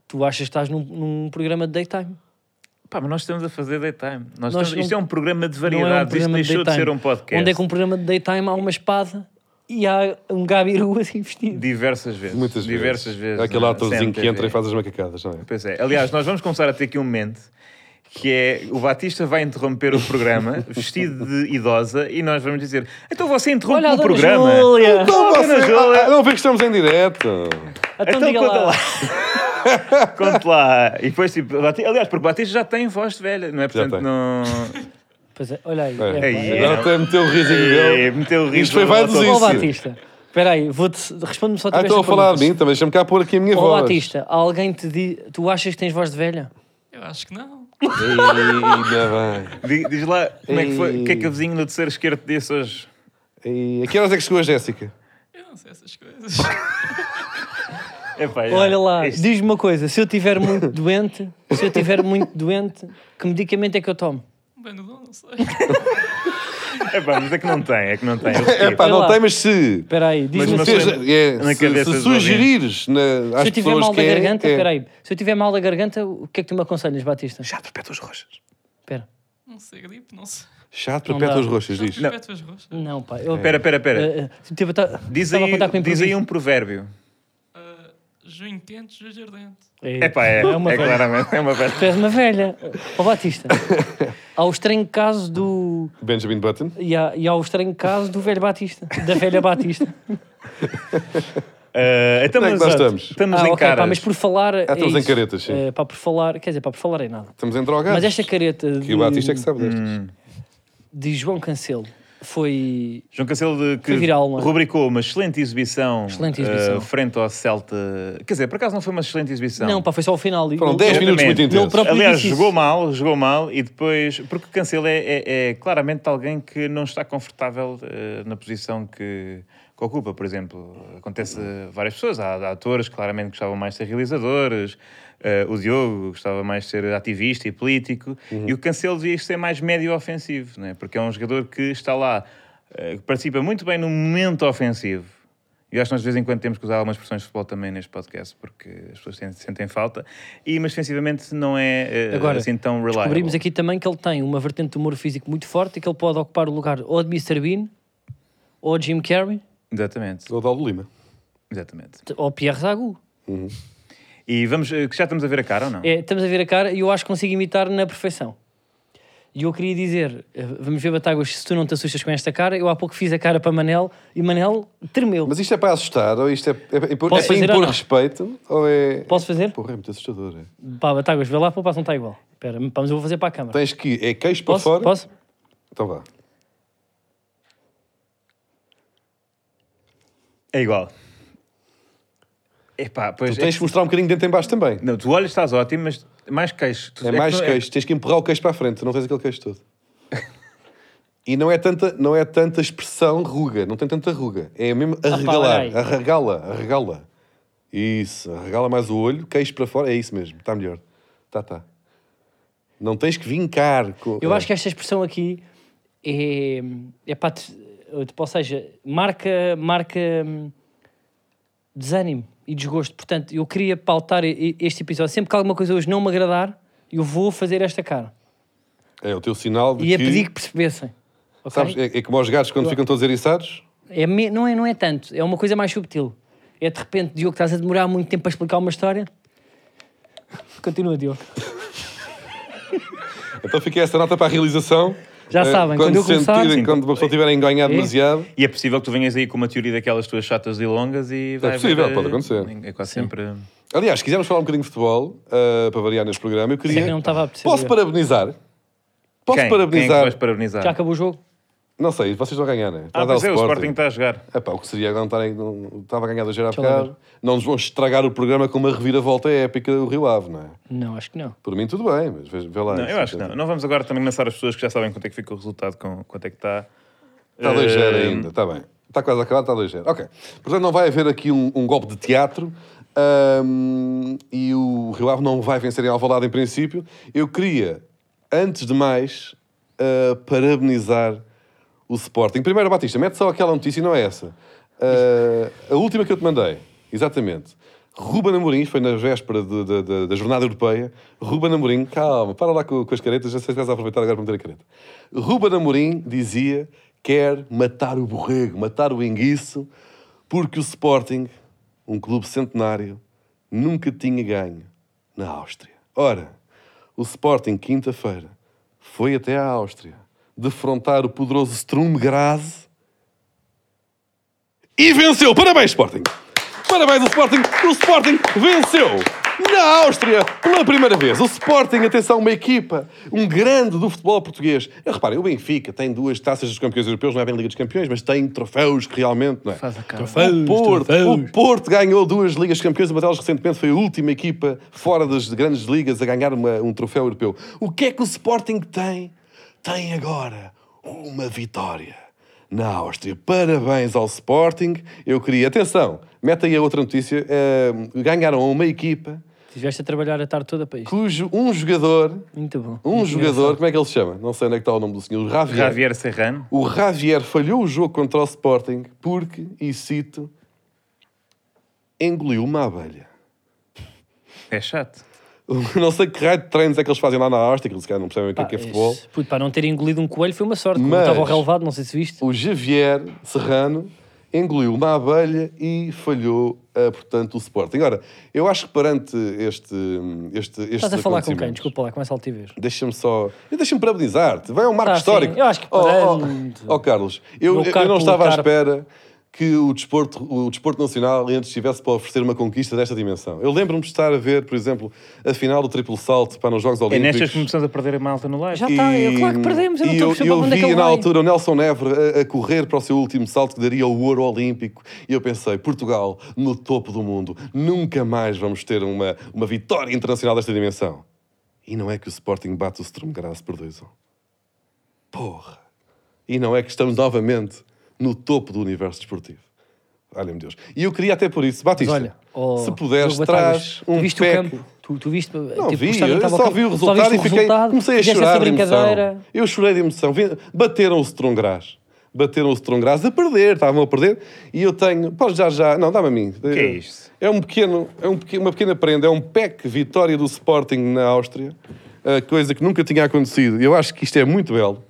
Speaker 1: Tu achas que estás num, num programa de daytime. é um
Speaker 3: Pá, mas nós estamos a fazer daytime. Nós
Speaker 1: Nós
Speaker 3: estamos-
Speaker 1: não-
Speaker 3: Isto é um programa de
Speaker 1: Não
Speaker 3: variedades.
Speaker 1: é um programa
Speaker 3: isto deixou de,
Speaker 1: daytime.
Speaker 3: ser um podcast.
Speaker 1: Onde é que um programa de daytime há uma espada e há um gabiru assim
Speaker 3: Tipo
Speaker 1: vestido.
Speaker 3: Diversas vezes.
Speaker 2: Muitas vezes.
Speaker 3: Diversas vezes. é?
Speaker 2: Aquele
Speaker 3: na
Speaker 2: atorzinho que
Speaker 3: CMTV.
Speaker 2: entra e faz as macacadas, não é?
Speaker 3: Pois é. Aliás, nós vamos começar a ter aqui um momento que é o Batista vai interromper o programa vestido de idosa e nós vamos dizer então você interrompe
Speaker 1: Olha a
Speaker 3: o
Speaker 1: Dona
Speaker 3: programa.
Speaker 1: Júlia!
Speaker 2: Então
Speaker 3: Dona
Speaker 2: você-
Speaker 3: Júlia!
Speaker 2: Ah, ah, não vê que estamos em direto.
Speaker 1: Então,
Speaker 3: Então
Speaker 1: diga
Speaker 3: conta
Speaker 1: lá.
Speaker 3: lá. Conte lá. E depois, tipo, Bati- aliás, porque o Batista já tem voz de velha, não é? Portanto,
Speaker 2: tem.
Speaker 3: não.
Speaker 1: Pois é, olha aí.
Speaker 2: É.
Speaker 1: É, pá,
Speaker 3: Ei,
Speaker 1: é-
Speaker 2: Agora até meteu o risinho
Speaker 3: E
Speaker 2: dele.
Speaker 3: É, meteu o riso
Speaker 2: Isto foi vai
Speaker 3: ao-
Speaker 2: dos
Speaker 1: Ó
Speaker 2: isso.
Speaker 1: Batista, Espera aí, vou-te... Responde-me só
Speaker 2: Ah,
Speaker 1: também
Speaker 2: estou a
Speaker 1: esta
Speaker 2: falar de
Speaker 1: pergunta.
Speaker 2: mim também. Deixa-me cá pôr aqui a minha
Speaker 1: Ó
Speaker 2: voz.
Speaker 1: Batista, alguém te diz... Tu achas que tens voz de velha?
Speaker 4: Eu acho que não.
Speaker 2: Ainda bem.
Speaker 3: Di- Diz lá como é que foi,
Speaker 2: Ei.
Speaker 3: o que é que o vizinho do terceiro esquerdo disse hoje?
Speaker 2: E a que horas é que chegou a Jéssica?
Speaker 4: Eu não sei essas coisas.
Speaker 3: Epá, já.
Speaker 1: Olha lá,
Speaker 3: Este-
Speaker 1: diz-me uma coisa. Se eu estiver muito doente, se eu estiver muito doente, que medicamento é que eu tomo?
Speaker 4: Benudon, não sei.
Speaker 3: Epá, mas é que não tem, é que não tem. eu
Speaker 2: É
Speaker 3: retiro.
Speaker 2: pá,
Speaker 1: Olha lá.
Speaker 2: não tem, mas se.
Speaker 1: Espera aí, diz-me
Speaker 3: uma
Speaker 1: uma
Speaker 2: Se,
Speaker 1: coisa.
Speaker 3: coisa-
Speaker 2: é,
Speaker 3: na
Speaker 2: se-
Speaker 3: cabeça
Speaker 2: se
Speaker 3: dos
Speaker 2: sugerires na, às
Speaker 1: Se eu tiver
Speaker 2: pessoas
Speaker 1: mal da
Speaker 2: que é,
Speaker 1: garganta,
Speaker 2: é.
Speaker 1: espera aí. Se eu tiver mal da garganta, o que é que tu me aconselhas, Batista?
Speaker 3: Já perpetua os roxas.
Speaker 1: Espera.
Speaker 4: Não sei, gripe, não sei.
Speaker 2: Chato,
Speaker 1: Não
Speaker 2: perpétuas
Speaker 1: dá.
Speaker 2: roxas, diz.
Speaker 4: Não. As roxas.
Speaker 1: Não, pá. Eu...
Speaker 3: Espera, espera, espera.
Speaker 1: Eh, eh, tipo, eu ta-
Speaker 3: É. Diz
Speaker 1: estava a
Speaker 3: aí,
Speaker 1: contar com o
Speaker 3: diz aí
Speaker 1: improviso.
Speaker 3: um provérbio.
Speaker 4: Ah, junho quente, junho ardente.
Speaker 1: Eh,
Speaker 3: Epá, é,
Speaker 1: É uma
Speaker 3: é
Speaker 1: velha.
Speaker 3: claramente, é uma velha.
Speaker 1: Tu és uma velha. Ó Batista, há o estranho caso do...
Speaker 2: Benjamin Button.
Speaker 1: E há, e há o estranho caso do velho Batista. Da velha Batista.
Speaker 3: Eh, então,
Speaker 2: Onde é que
Speaker 3: mas,
Speaker 2: nós
Speaker 3: olha,
Speaker 2: estamos?
Speaker 3: Estamos em
Speaker 1: Ah, ok, pá,
Speaker 3: caras.
Speaker 1: mas por falar... é
Speaker 2: Ah, estamos em
Speaker 1: isso.
Speaker 2: caretas, sim.
Speaker 1: Eh, pá, por falar... Quer dizer, pá, por falar em nada.
Speaker 2: Estamos em drogados.
Speaker 1: Mas esta careta
Speaker 2: E o Batista é que
Speaker 1: de,
Speaker 2: sabe destas.
Speaker 3: Hum.
Speaker 1: de João Cancelo foi...
Speaker 3: João Cancelo de- que
Speaker 1: Foi viral, não é?
Speaker 3: rubricou uma excelente exibição,
Speaker 1: Excelente exibição.
Speaker 3: eh, frente ao Celta. Quer dizer, por acaso não foi uma excelente exibição.
Speaker 1: Não, pá, foi só o final. E-
Speaker 2: Então. Foram
Speaker 1: eu-
Speaker 2: 10 minutos muito
Speaker 3: Exatamente.
Speaker 1: Ele
Speaker 2: intensos.
Speaker 1: próprio
Speaker 3: Aliás,
Speaker 1: disse isso.
Speaker 3: jogou mal, jogou mal e depois. Porque o Cancelo é, é- é claramente alguém que não está confortável eh, na posição que, que ocupa, por exemplo. Acontece a várias pessoas. Há, há atores que claramente gostavam mais de ser realizadores, eh, o Diogo gostava mais de ser ativista e político, e o Cancelo devia ser mais médio ofensivo, né? porque é um jogador que está lá, eh, que participa muito bem no momento ofensivo. Eu acho que nós de vez em quando temos que usar algumas expressões de futebol também neste podcast, porque as pessoas sentem, sentem falta. E, mas defensivamente não é eh,
Speaker 1: Agora,
Speaker 3: assim tão reliable.
Speaker 1: Descobrimos aqui também que ele tem uma vertente de humor físico muito forte e que ele pode ocupar o lugar ou de Mr. Bean, ou de Jim Carrey,
Speaker 3: Exatamente,
Speaker 2: O Daldo Lima.
Speaker 3: exatamente.
Speaker 1: ou Pierre Zagu.
Speaker 3: E vamos, eh, que já estamos a ver a cara ou não?
Speaker 1: É, estamos a ver a cara e eu acho que consigo imitar na perfeição. E eu queria dizer, eh, vamos ver, Batáguas, se tu não te assustas com esta cara, eu há pouco fiz a cara para Manel e Manel tremeu.
Speaker 2: Mas isto é para assustar? Ou isto é, é, é, impor- é
Speaker 1: Posso
Speaker 2: para
Speaker 1: fazer ou
Speaker 2: impor
Speaker 1: não?
Speaker 2: respeito? Ou é...
Speaker 1: Posso fazer?
Speaker 2: Porra, é muito assustador. é.
Speaker 1: Pá, Batáguas, vê lá, pô, pá, se não está igual. Espera, pá, mas eu vou fazer para a câmara.
Speaker 2: Tens que... É queixo para
Speaker 1: Posso?
Speaker 2: fora?
Speaker 1: Posso?
Speaker 2: Então vá.
Speaker 3: É igual. Epá, pois.
Speaker 2: Tens que mostrar um bocadinho dentro em baixo também.
Speaker 3: é- não, tu olhas, estás ótimo, mas mais queixo. Tu-
Speaker 2: É
Speaker 3: que
Speaker 2: mais
Speaker 3: não-
Speaker 2: queixo. Tens que empurrar o queixo para a frente. Não tens aquele queixo todo. E não é, tanta, não é tanta expressão ruga, não tem tanta ruga. É mesmo
Speaker 1: Ah, olha aí.
Speaker 2: arregalar, arregala, arregala. Isso, arregala mais o olho, queixo para fora, é isso mesmo, está melhor. Tá, tá. Não tens que vincar. Com...
Speaker 1: Eu acho que esta expressão aqui é, é pá, te- tipo, ou seja, marca, marca hum, desânimo e desgosto. Portanto, eu queria pautar e- e- este episódio. Sempre que alguma coisa hoje não me agradar, eu vou fazer esta cara.
Speaker 2: É o teu sinal de
Speaker 1: E a
Speaker 2: que...
Speaker 1: pedir que percebessem. ok?
Speaker 2: Sabes, é, é como aos gatos quando ficam todos eriçados.
Speaker 1: É me- não, é, não é tanto, é uma coisa mais subtil. É de repente, Diogo, estás a demorar muito tempo para explicar uma história. Continua, Diogo.
Speaker 2: Então fica essa nota para a realização.
Speaker 1: Já
Speaker 2: Eh,
Speaker 1: sabem, quando eu
Speaker 2: sentirem-
Speaker 1: começar- Sim.
Speaker 2: Quando uma pessoa tiver a enganhar demasiado,
Speaker 3: E é possível que tu venhas aí com uma teoria daquelas tuas chatas e longas e vai
Speaker 2: É possível,
Speaker 3: haver, eh,
Speaker 2: pode acontecer.
Speaker 3: É quase sempre.
Speaker 2: Aliás, quisermos falar um bocadinho de futebol, ah, para variar neste programa, eu
Speaker 1: Sei
Speaker 2: queria.
Speaker 1: que não estava a perceber.
Speaker 2: Posso parabenizar? Posso
Speaker 3: Quem? Quem é que
Speaker 2: parabenizar?
Speaker 3: vais
Speaker 2: Tá.
Speaker 3: parabenizar?
Speaker 1: Já acabou o jogo?
Speaker 2: Não sei, vocês vão ganhar, né? Está
Speaker 3: Ah,
Speaker 2: a dar
Speaker 3: pois é, o Sporting tá- está a jogar.
Speaker 2: Epá, o que seria agora não estarem. não- Estava a ganhar do Gerard
Speaker 1: Deixa lá
Speaker 2: Carro. Não nos vão estragar o programa com uma reviravolta épica do Rio Ave, não é?
Speaker 1: Não, acho que não.
Speaker 2: Por mim, tudo bem, mas vê, vê lá.
Speaker 3: Não,
Speaker 2: isso,
Speaker 3: eu acho que
Speaker 2: portanto.
Speaker 3: não. Não vamos agora também lançar as pessoas que já sabem quanto é que fica o resultado, com, quanto é que está.
Speaker 2: Está ligeiro Tá ainda, está bem. Está quase acabado, está ligeiro. Ok. Portanto, não vai haver aqui um, um golpe de teatro hum, e o Rio Ave não vai vencer em Alvalade em princípio. Eu queria, antes de mais, ah, parabenizar o Sporting. Primeiro, Batista, mete só aquela notícia e não é essa. Ah, a última que eu te mandei, exatamente. Ruben Amorim, foi na véspera de- de- de- da jornada europeia. Ruben Amorim, calma, para lá com, com as caretas, já sei que estás a aproveitar agora para meter a careta. Ruben Amorim dizia: quer matar o borrego, matar o enguiço, porque o Sporting, um clube centenário, nunca tinha ganho na Áustria. Ora, o Sporting, quinta-feira, foi até à Áustria defrontar o poderoso Sturm Graz e venceu. Parabéns, Sporting! Parabéns ao Sporting! O Sporting venceu na Áustria Pela primeira vez, o Sporting, atenção, uma equipa, um grande do futebol português. Reparem, o Benfica tem duas taças dos campeões europeus, não é bem Liga dos Campeões, mas tem troféus que realmente, não é?
Speaker 1: Faz a cara.
Speaker 2: o, Porto, o Porto ganhou duas Ligas dos Campeões, uma delas recentemente foi a última equipa fora das grandes ligas a ganhar uma- um troféu europeu. O que é que o Sporting tem? Tem agora uma vitória na Áustria. Parabéns ao Sporting. Eu queria, atenção, mete aí a outra notícia, eh, ganharam uma equipa
Speaker 1: Estiveste Então, a trabalhar a tarde toda para isto.
Speaker 2: cujo um jogador,
Speaker 1: Muito bom.
Speaker 2: um
Speaker 1: Muito
Speaker 2: jogador, como é que ele se chama? Não sei onde é que está o nome do senhor, Javier.
Speaker 3: Javier Serrano.
Speaker 2: O Javier falhou o jogo contra o Sporting porque, e cito, engoliu uma abelha.
Speaker 3: É chato.
Speaker 2: Não sei que raio de treinos é que eles fazem lá na Áustria, que eles se calhar não percebem o que é,
Speaker 1: Pá,
Speaker 2: que é futebol.
Speaker 1: esse- puto, para não ter engolido um coelho foi uma sorte. Como
Speaker 2: Mas-
Speaker 1: estava ao relevado, não sei se viste.
Speaker 2: O Javier Serrano engoliu uma abelha e falhou, ah, portanto, o Sporting. Agora, eu acho que perante este. este estes
Speaker 1: Estás a falar com quem?
Speaker 2: acontecimentos-
Speaker 1: Desculpa lá, começa a altivez.
Speaker 2: Deixa-me só. eu Deixa-me parabenizar-te. Vai é um marco
Speaker 1: Ah, sim.
Speaker 2: histórico.
Speaker 1: Eu acho que
Speaker 2: Oh, oh,
Speaker 1: perante-
Speaker 2: oh, Carlos, eu,
Speaker 1: Meu
Speaker 2: eu- eu
Speaker 1: caro
Speaker 2: não estava à
Speaker 1: Policarpo.
Speaker 2: espera que o desporto, o desporto nacional ainda estivesse para oferecer uma conquista desta dimensão. Eu lembro-me de estar a ver, por exemplo, a final do triplo salto para nos Jogos
Speaker 3: É
Speaker 2: Olímpicos.
Speaker 3: nestas que começamos a perder a malta no live.
Speaker 1: Já está, tá, eu, claro que perdemos, eu não
Speaker 2: e
Speaker 1: estou a perceber
Speaker 2: eu
Speaker 1: para onde é que
Speaker 2: vi
Speaker 1: ele
Speaker 2: na
Speaker 1: vai.
Speaker 2: altura o Nelson Neves a, a correr para o seu último salto que daria o ouro olímpico. E eu pensei, Portugal no topo do mundo, nunca mais vamos ter uma, uma vitória internacional desta dimensão. E não é que o Sporting bate o Sturm Graz por 2 1 Porra! E não é que estamos novamente no topo do universo desportivo. Olha-me Deus. E eu queria até por isso,
Speaker 1: Mas
Speaker 2: Batista,
Speaker 1: olha, ó,
Speaker 2: se puderes,
Speaker 1: Diogo
Speaker 2: traz
Speaker 1: Batagas, tu
Speaker 2: um
Speaker 1: viste
Speaker 2: pack-
Speaker 1: o campo? Tu, tu viste.
Speaker 2: não
Speaker 1: tipo,
Speaker 2: vi,
Speaker 1: estava-
Speaker 2: eu
Speaker 1: estava
Speaker 2: só
Speaker 1: ao
Speaker 2: vi o
Speaker 1: campo,
Speaker 2: resultado
Speaker 1: viste
Speaker 2: e
Speaker 1: o
Speaker 2: fiquei,
Speaker 1: resultado,
Speaker 2: comecei a
Speaker 1: fizeste
Speaker 2: chorar
Speaker 1: essa
Speaker 2: de emoção.
Speaker 1: brincadeira.
Speaker 2: Eu chorei de emoção. Vi- Bateram o Strongras. Bateram o Strongras a perder, estavam a perder. E eu tenho, podes já, já, não, dá-me a mim.
Speaker 3: que é isto?
Speaker 2: É um pequeno, é um pequeno, uma pequena prenda, é um pack vitória do Sporting na Áustria, uh, coisa que nunca tinha acontecido. Eu acho que isto é muito belo,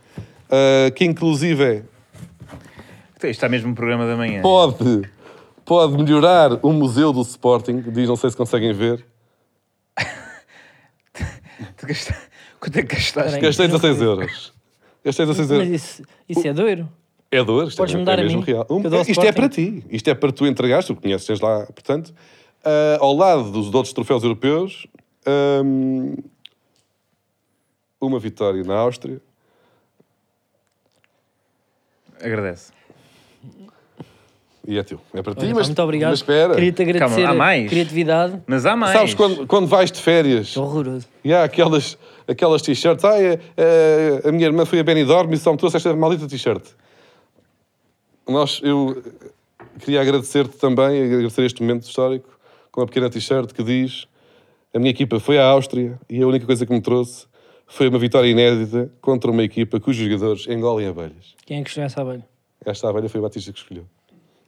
Speaker 2: uh, que inclusive
Speaker 3: Isto está mesmo no programa da manhã.
Speaker 2: pode, pode melhorar o museu do Sporting, diz, não sei se conseguem ver.
Speaker 3: Tu gasta- Quanto é que gastaste?
Speaker 1: Peraí.
Speaker 2: Gastei 16 euros. Gastei 16 euros.
Speaker 1: Mas isso, isso é doiro.
Speaker 2: É dor, isto
Speaker 1: Podes
Speaker 2: é,
Speaker 1: mudar
Speaker 2: é
Speaker 1: a
Speaker 2: mesmo
Speaker 1: mim,
Speaker 2: real.
Speaker 1: que eu dou ao
Speaker 2: isto é
Speaker 1: Sporting.
Speaker 2: para ti, isto é para tu entregares, tu conheces tens lá, portanto, ah, ao lado dos outros troféus europeus, ahm, uma vitória na Áustria.
Speaker 3: Agradece.
Speaker 2: E é teu, é para ti,
Speaker 1: Olha, pá,
Speaker 2: mas,
Speaker 1: muito obrigado.
Speaker 2: mas espera.
Speaker 1: Queria-te agradecer
Speaker 3: Calma, há mais?
Speaker 1: a criatividade.
Speaker 3: Mas há mais.
Speaker 2: Sabes quando, quando vais de férias
Speaker 1: é Horroroso.
Speaker 2: e há aquelas, aquelas t-shirts, ah, é, é, a minha irmã foi a Benidorm e só me trouxe esta maldita t-shirt. Nós, eu queria agradecer-te também, agradecer este momento histórico, com a pequena t-shirt que diz a minha equipa foi à Áustria e a única coisa que me trouxe foi uma vitória inédita contra uma equipa cujos jogadores engolem abelhas.
Speaker 1: Quem é que escolheu essa abelha?
Speaker 2: Esta abelha foi o Batista que escolheu.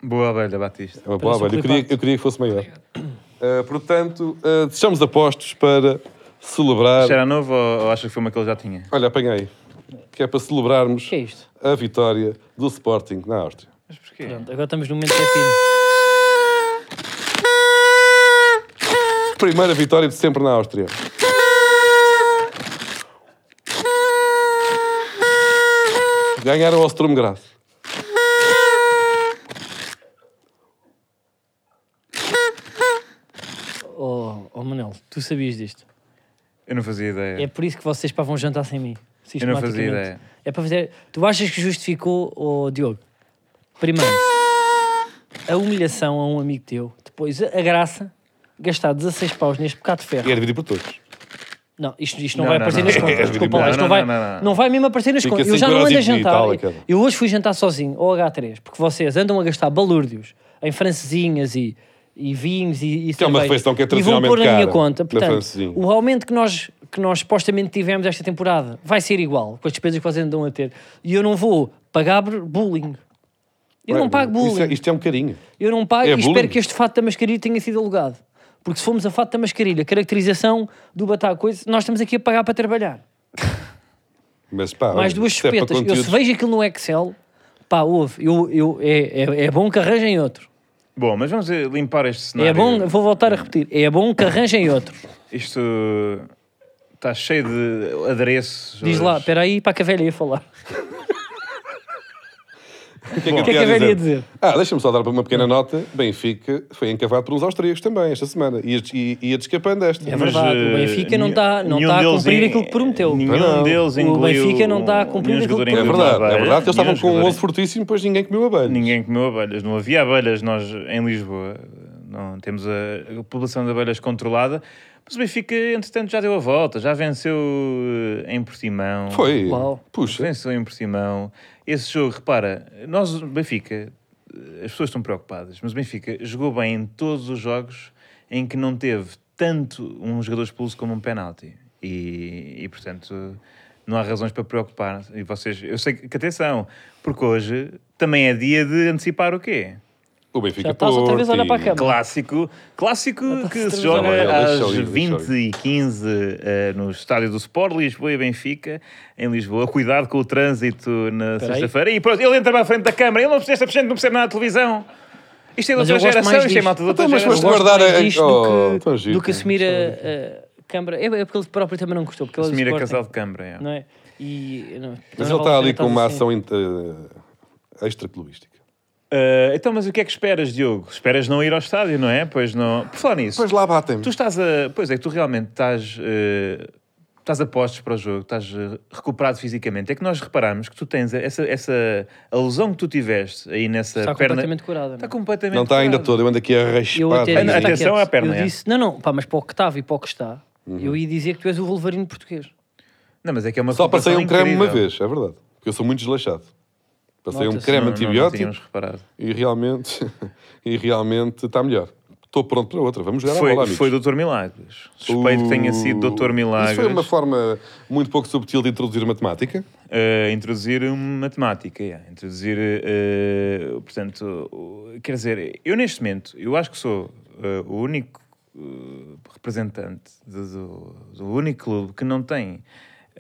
Speaker 3: Boa abelha, Batista.
Speaker 2: É uma boa
Speaker 1: Parece um
Speaker 2: abelha. Eu queria,
Speaker 1: cliparte.
Speaker 2: eu queria que fosse maior. Uh, portanto, uh, estamos apostos para celebrar...
Speaker 3: Isto era novo ou, ou achas que foi uma que ele já tinha?
Speaker 2: Olha, apanhei. Que é para celebrarmos
Speaker 1: O que é isto?
Speaker 2: a vitória do Sporting na Áustria.
Speaker 3: Mas porquê?
Speaker 1: Pronto, agora estamos no momento que é fino.
Speaker 2: Primeira vitória de sempre na Áustria. Ganharam ao Sturm Graz.
Speaker 1: Oh, oh Manel, tu sabias disto.
Speaker 3: Eu não fazia ideia.
Speaker 1: É por isso que vocês pá, vão jantar sem mim.
Speaker 3: Eu não fazia
Speaker 1: sistematicamente.
Speaker 3: ideia.
Speaker 1: É para fazer. Tu achas que justificou, oh, Diogo? Primeiro, a humilhação a um amigo teu. Depois, a graça. Gastar 16 paus neste bocado de ferro.
Speaker 2: E é dividido por todos.
Speaker 1: Não, isto, isto não,
Speaker 3: Não,
Speaker 1: vai
Speaker 3: não,
Speaker 1: aparecer
Speaker 3: não.
Speaker 1: nas contas.
Speaker 2: É
Speaker 1: Desculpa lá,
Speaker 3: Não,
Speaker 1: isto
Speaker 3: não,
Speaker 1: não vai,
Speaker 3: não, não, não.
Speaker 1: não vai mesmo aparecer nas
Speaker 2: Fica
Speaker 1: contas. Eu já
Speaker 2: cinco
Speaker 1: não ando a
Speaker 2: euros e
Speaker 1: jantar.
Speaker 2: tal, aquela.
Speaker 1: Eu hoje fui jantar sozinho, ou H3, porque vocês andam a gastar balúrdios em francesinhas e, e vinhos e, e
Speaker 2: é uma
Speaker 1: cerveja.
Speaker 2: refeição que é
Speaker 1: E vão pôr
Speaker 2: tradicionalmente
Speaker 1: na minha
Speaker 2: cara,
Speaker 1: conta.
Speaker 2: na
Speaker 1: Portanto,
Speaker 2: francesinha.
Speaker 1: o aumento que nós, que nós supostamente tivemos esta temporada vai ser igual, com as despesas que vocês andam a ter. E eu não vou pagar bullying. Eu não pago bullying.
Speaker 2: Isto é, isto é um carinho.
Speaker 1: Eu não pago
Speaker 2: É
Speaker 1: e
Speaker 2: bullying.
Speaker 1: espero que este fato da mascarilha tenha sido alugado. Porque se formos a fato da mascarilha, caracterização do Batá Coisa, nós estamos aqui a pagar para trabalhar.
Speaker 2: Mas pá,
Speaker 1: Mais
Speaker 2: olha,
Speaker 1: duas
Speaker 2: isto é para
Speaker 1: chupetas. eu
Speaker 2: conteúdos-
Speaker 1: se vejo aquilo no Excel, pá, ouve, eu, eu, é, é, é bom que arranjem outro.
Speaker 3: Bom, mas vamos eh, limpar este cenário.
Speaker 1: É bom, vou voltar a repetir, é bom que arranjem outro.
Speaker 3: Isto está cheio de adereços.
Speaker 1: Diz
Speaker 3: hoje.
Speaker 1: lá, espera aí, para que a velha ia falar.
Speaker 2: O que é
Speaker 1: O que é que
Speaker 2: eu ia
Speaker 1: haveria a dizer?
Speaker 2: Ah, deixa-me só dar uma pequena nota. Benfica foi encavado pelos austríacos também esta semana. Ia, ia, ia descapando esta.
Speaker 1: É verdade, o
Speaker 3: eh,
Speaker 1: Benfica não
Speaker 3: nenhum-
Speaker 1: tá- não
Speaker 3: nenhum
Speaker 1: tá a
Speaker 3: deles
Speaker 1: cumprir
Speaker 3: in-
Speaker 1: aquilo que prometeu.
Speaker 3: Nenhum
Speaker 2: Não.
Speaker 3: deles
Speaker 1: O
Speaker 3: engoliu...
Speaker 1: Benfica não tá a
Speaker 3: nenhum
Speaker 1: cumprir aquilo
Speaker 3: jogador
Speaker 1: que
Speaker 2: É
Speaker 3: engoliu
Speaker 2: verdade,
Speaker 3: abelha,
Speaker 2: é verdade. Eles
Speaker 3: nenhum
Speaker 2: estavam com um
Speaker 3: jogador-
Speaker 2: 11 fortíssimo, depois ninguém comeu abelhas.
Speaker 3: Ninguém comeu abelhas, não havia abelhas. Nós em Lisboa não temos a, a população de abelhas controlada, mas o Benfica, entretanto, já deu a volta, já venceu eh, em Portimão.
Speaker 2: Foi.
Speaker 1: Uau.
Speaker 2: Puxa.
Speaker 3: Venceu em Portimão. Esse jogo, repara, nós, o Benfica, eh, as pessoas estão preocupadas, mas o Benfica jogou bem em todos os jogos em que não teve tanto um jogador expulso como um penalti. E, e, portanto, não há razões para preocupar. E vocês, eu sei que, que atenção, porque hoje também é dia de antecipar o quê?
Speaker 2: O Benfica
Speaker 1: Já estás outra vez a olhar para a
Speaker 2: Porto e-
Speaker 1: câmara.
Speaker 3: Clássico, clássico
Speaker 1: tá
Speaker 3: que se joga
Speaker 2: Não, eu deixo
Speaker 3: às
Speaker 2: ali, deixo
Speaker 3: 20 e 15 eh, no estádio do Sport Lisboa e Benfica, em Lisboa. Cuidado com o trânsito na
Speaker 1: Peraí.
Speaker 3: sexta-feira. E pronto, ele entra para a frente da câmara. Ele não percebe, esta gente não percebe nada de televisão. Isto é da
Speaker 1: Mas
Speaker 3: outra
Speaker 1: eu gosto
Speaker 3: geração,
Speaker 1: mais
Speaker 3: isto é
Speaker 1: disto.
Speaker 3: malta da outra
Speaker 2: Então, mas
Speaker 1: Eu
Speaker 2: foste
Speaker 3: geração.
Speaker 1: gosto
Speaker 2: guardar
Speaker 1: mais
Speaker 2: a-
Speaker 1: disto
Speaker 2: Oh,
Speaker 1: do
Speaker 2: tão
Speaker 1: que,
Speaker 2: giro,
Speaker 1: do que
Speaker 2: tão
Speaker 1: assumir a, a Câmara. É, é porque ele próprio também não gostou. Porque ele é do
Speaker 3: Assumir a
Speaker 1: Sporting,
Speaker 3: casal de câmara. é.
Speaker 1: Não é? E, não,
Speaker 2: Mas
Speaker 1: não
Speaker 2: ele está
Speaker 1: vale a
Speaker 2: ali
Speaker 1: pena
Speaker 2: com uma
Speaker 1: estar assim.
Speaker 2: ação eh, extraclubística.
Speaker 3: Eh, então, mas o que é que esperas, Diogo? Esperas não ir ao estádio, não é? Pois não. Por falar nisso,
Speaker 2: Depois lá batem-me.
Speaker 3: Tu estás a. Pois é, tu realmente estás. eh, Estás a postos para o jogo, estás eh, recuperado fisicamente. É que nós reparamos que tu tens essa, essa alusão que tu tiveste aí nessa
Speaker 1: Está
Speaker 3: perna. Tá
Speaker 1: completamente curada.
Speaker 3: Está
Speaker 1: não é?
Speaker 3: completamente.
Speaker 2: Não está ainda
Speaker 3: curado.
Speaker 2: todo, eu ando aqui a raspar.
Speaker 1: Eu até disse,
Speaker 3: Atenção
Speaker 1: está quieto.
Speaker 3: à perna,
Speaker 1: Eu
Speaker 3: é? Uhum.
Speaker 1: disse, não, não, pá, mas para o que estava e para o que está, eu ia dizer que tu és o Wolverine português.
Speaker 3: Não, mas é que é uma
Speaker 2: Só passei um
Speaker 3: recuperação
Speaker 2: creme uma
Speaker 3: incrível.
Speaker 2: vez, é verdade. Porque eu sou muito desleixado. Passei um
Speaker 1: Nota-se,
Speaker 2: creme
Speaker 3: Não- não- Não,
Speaker 2: antibiótico
Speaker 3: tínhamos reparado.
Speaker 2: e realmente e realmente está melhor. Estou pronto para outra. Vamos jogar a bola,
Speaker 3: Foi,
Speaker 2: amigos. Uh,
Speaker 3: foi Dr. Milagres. Suspeito que tenha sido Dr. Milagres.
Speaker 2: Isso foi uma forma muito pouco subtil de introduzir a matemática.
Speaker 3: Uh, introduzir uma matemática, yeah. introduzir, uh, portanto, uh, quer dizer, eu neste momento, eu acho que sou uh, o único uh, representante do, do- do único clube que não tem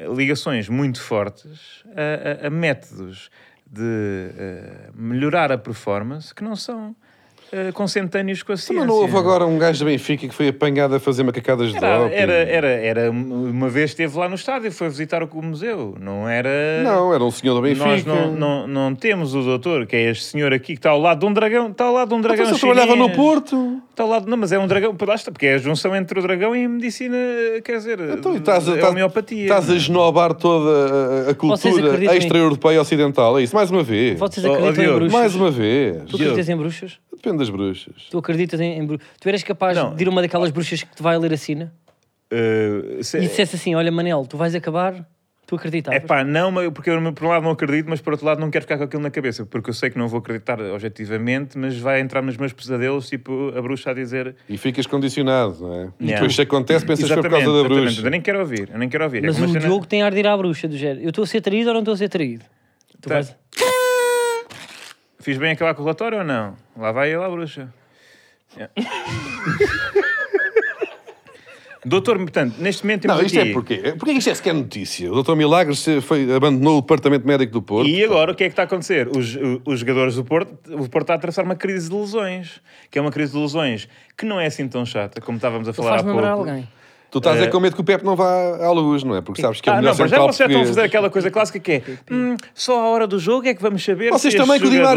Speaker 3: uh, ligações muito fortes a, a- a métodos de uh, melhorar a performance que não são uh, consentâneos com a ciência. é?
Speaker 2: Também não
Speaker 1: assim.
Speaker 2: houve agora um gajo da Benfica que foi apanhado a fazer macacadas de
Speaker 3: Era,
Speaker 2: doping?
Speaker 3: era, era, era- uma vez esteve lá no estádio, foi visitar o, o museu, não era...
Speaker 2: Não, era um senhor da Benfica.
Speaker 3: Nós não, não, não temos o doutor, que é este senhor aqui que está ao lado de um dragão. Está ao lado de um dragão.
Speaker 2: Então, se eu
Speaker 3: chinês.
Speaker 2: trabalhava no Porto.
Speaker 3: Está ao lado, não, mas é um dragão, lá está, porque é a junção entre o dragão e a medicina, quer dizer,
Speaker 2: Então, e estás, a-
Speaker 3: é
Speaker 2: estás-
Speaker 3: homeopatia.
Speaker 2: Estás a esnobar toda a- a, cultura
Speaker 1: acreditam em-
Speaker 2: extra-europeia ocidental. É isso, mais uma vez.
Speaker 1: Vocês
Speaker 3: Oh, oh,
Speaker 1: acreditam em
Speaker 3: Diogo,
Speaker 1: bruxas?
Speaker 2: Mais uma vez.
Speaker 1: Tu acreditas em bruxas?
Speaker 2: Depende das bruxas.
Speaker 1: Tu acreditas em, em bruxas? Tu eras capaz
Speaker 3: Não.
Speaker 1: de ir a uma daquelas bruxas que te vai ler a sina
Speaker 3: Uh,
Speaker 1: e
Speaker 3: se,
Speaker 1: dissesse assim, olha Manel, tu vais acabar, tu acreditavas?
Speaker 3: é pá, não, mas- porque eu por um lado não acredito, mas por outro lado não quero ficar com aquilo na cabeça, porque eu sei que não vou acreditar objetivamente, mas vai entrar nos meus pesadelos, tipo a bruxa a dizer.
Speaker 2: E ficas condicionado, não é? E
Speaker 3: Yeah.
Speaker 2: depois se acontece, pensas que foi por causa da
Speaker 3: exatamente,
Speaker 2: bruxa.
Speaker 3: Eu nem quero ouvir, eu nem quero ouvir. É
Speaker 1: mas
Speaker 3: como
Speaker 1: o
Speaker 3: a cena-
Speaker 1: Diogo tem ar de ir à bruxa, do género. Eu estou a ser traído ou não estou a ser traído? Tu
Speaker 3: Tá.
Speaker 1: vais...
Speaker 3: Fiz bem aquela com o relatório ou não? Lá vai ele à bruxa. É. Yeah. Doutor, portanto, neste momento temos
Speaker 2: Não, isto
Speaker 3: aqui-
Speaker 2: é porque. Porquê que isto é sequer notícia? O Dr. Milagres se foi, abandonou o departamento médico do Porto.
Speaker 3: E agora o que é que está a acontecer? Os, o- os jogadores do Porto, o Porto está a atravessar uma crise de lesões, que é uma crise de lesões que não é assim tão chata, como estávamos a
Speaker 1: Tu
Speaker 3: falar há
Speaker 1: faz
Speaker 3: pouco.
Speaker 1: lembrar alguém.
Speaker 2: Tu estás é... com medo que o Pepe não vá à luz, não é? Porque sabes que é o
Speaker 3: eh, Ah,
Speaker 2: melhor
Speaker 3: não, mas já
Speaker 2: central
Speaker 3: vocês já estão a fazer
Speaker 2: português.
Speaker 3: aquela coisa clássica que é "Hum, só à hora do jogo é que vamos saber
Speaker 2: Vocês
Speaker 3: se este
Speaker 2: também com o Di
Speaker 3: jogador-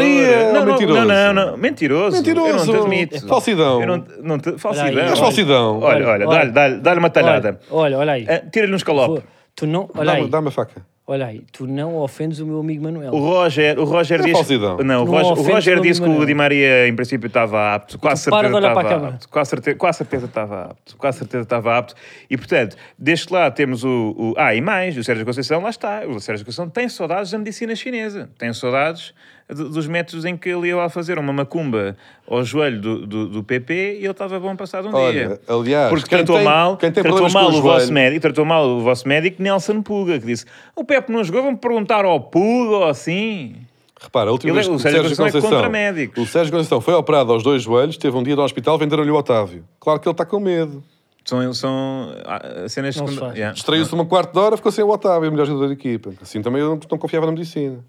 Speaker 2: Maria,
Speaker 3: é-" não, não,
Speaker 2: mentiroso.
Speaker 3: Não, não, não, mentiroso. Eu não te
Speaker 2: Mentiroso. É
Speaker 3: admito.
Speaker 2: Falsidão.
Speaker 3: Eu não, não te, falsidão.
Speaker 1: Olha aí.
Speaker 2: És falsidão.
Speaker 3: Olha, olha,
Speaker 1: Olha,
Speaker 3: dá-lhe dá-lhe- dá-lhe uma talhada.
Speaker 1: Olha, olha, olha aí.
Speaker 3: Ah, Tira-lhe um escalope.
Speaker 1: Tu não, olha
Speaker 2: Dá-me
Speaker 1: aí,
Speaker 2: dá-me a faca.
Speaker 1: olha aí, tu não ofendes o meu amigo Manuel.
Speaker 3: O Roger, o Roger
Speaker 2: É
Speaker 3: diz.
Speaker 2: falsidão.
Speaker 3: Não, o
Speaker 1: Não
Speaker 3: Roger, o
Speaker 1: ofendes
Speaker 3: Roger
Speaker 1: o
Speaker 3: disse que
Speaker 1: Di
Speaker 3: o
Speaker 1: Maria.
Speaker 3: Di Maria, em princípio, estava apto. Com a certeza
Speaker 1: para de olhar
Speaker 3: estava
Speaker 1: para a câmara.
Speaker 3: apto. Com a certeza, com a certeza estava apto. Com a certeza estava apto. E, portanto, deste lado temos o, o- Ah, e mais, o Sérgio Conceição, lá está. O Sérgio Conceição tem saudades da medicina chinesa. Tem saudades do- dos métodos em que ele ia lá fazer uma macumba ao joelho do, do, do PP e ele estava bom passado um dia.
Speaker 2: Olha, aliás,
Speaker 3: Porque
Speaker 2: quem
Speaker 3: tratou
Speaker 2: tem-
Speaker 3: mal,
Speaker 2: quem tem
Speaker 3: tratou
Speaker 2: problemas com
Speaker 3: mal
Speaker 2: o
Speaker 3: o vosso
Speaker 2: joelho.
Speaker 3: médico, tratou mal o vosso médico Nelson Puga, que disse: "O Pepe não jogou, vamos perguntar ao Puga ou assim".
Speaker 2: Repara, a última
Speaker 3: Ele é-
Speaker 2: vez que
Speaker 3: o
Speaker 2: o
Speaker 3: Sérgio
Speaker 2: Sérgio,
Speaker 3: Conceição é
Speaker 2: Conceição.
Speaker 3: contra médicos.
Speaker 2: o Sérgio Conceição foi operado aos dois joelhos, teve um dia no hospital, venderam-lhe o Otávio. Claro que ele está com medo.
Speaker 3: São, são ah, cenas
Speaker 1: Não se
Speaker 3: secunda-
Speaker 1: faz.
Speaker 3: Yeah.
Speaker 2: Distraiu-se uma quarta de hora, ficou sem o Otávio, o melhor jogador da equipa. Assim também eu não, não confiava na medicina.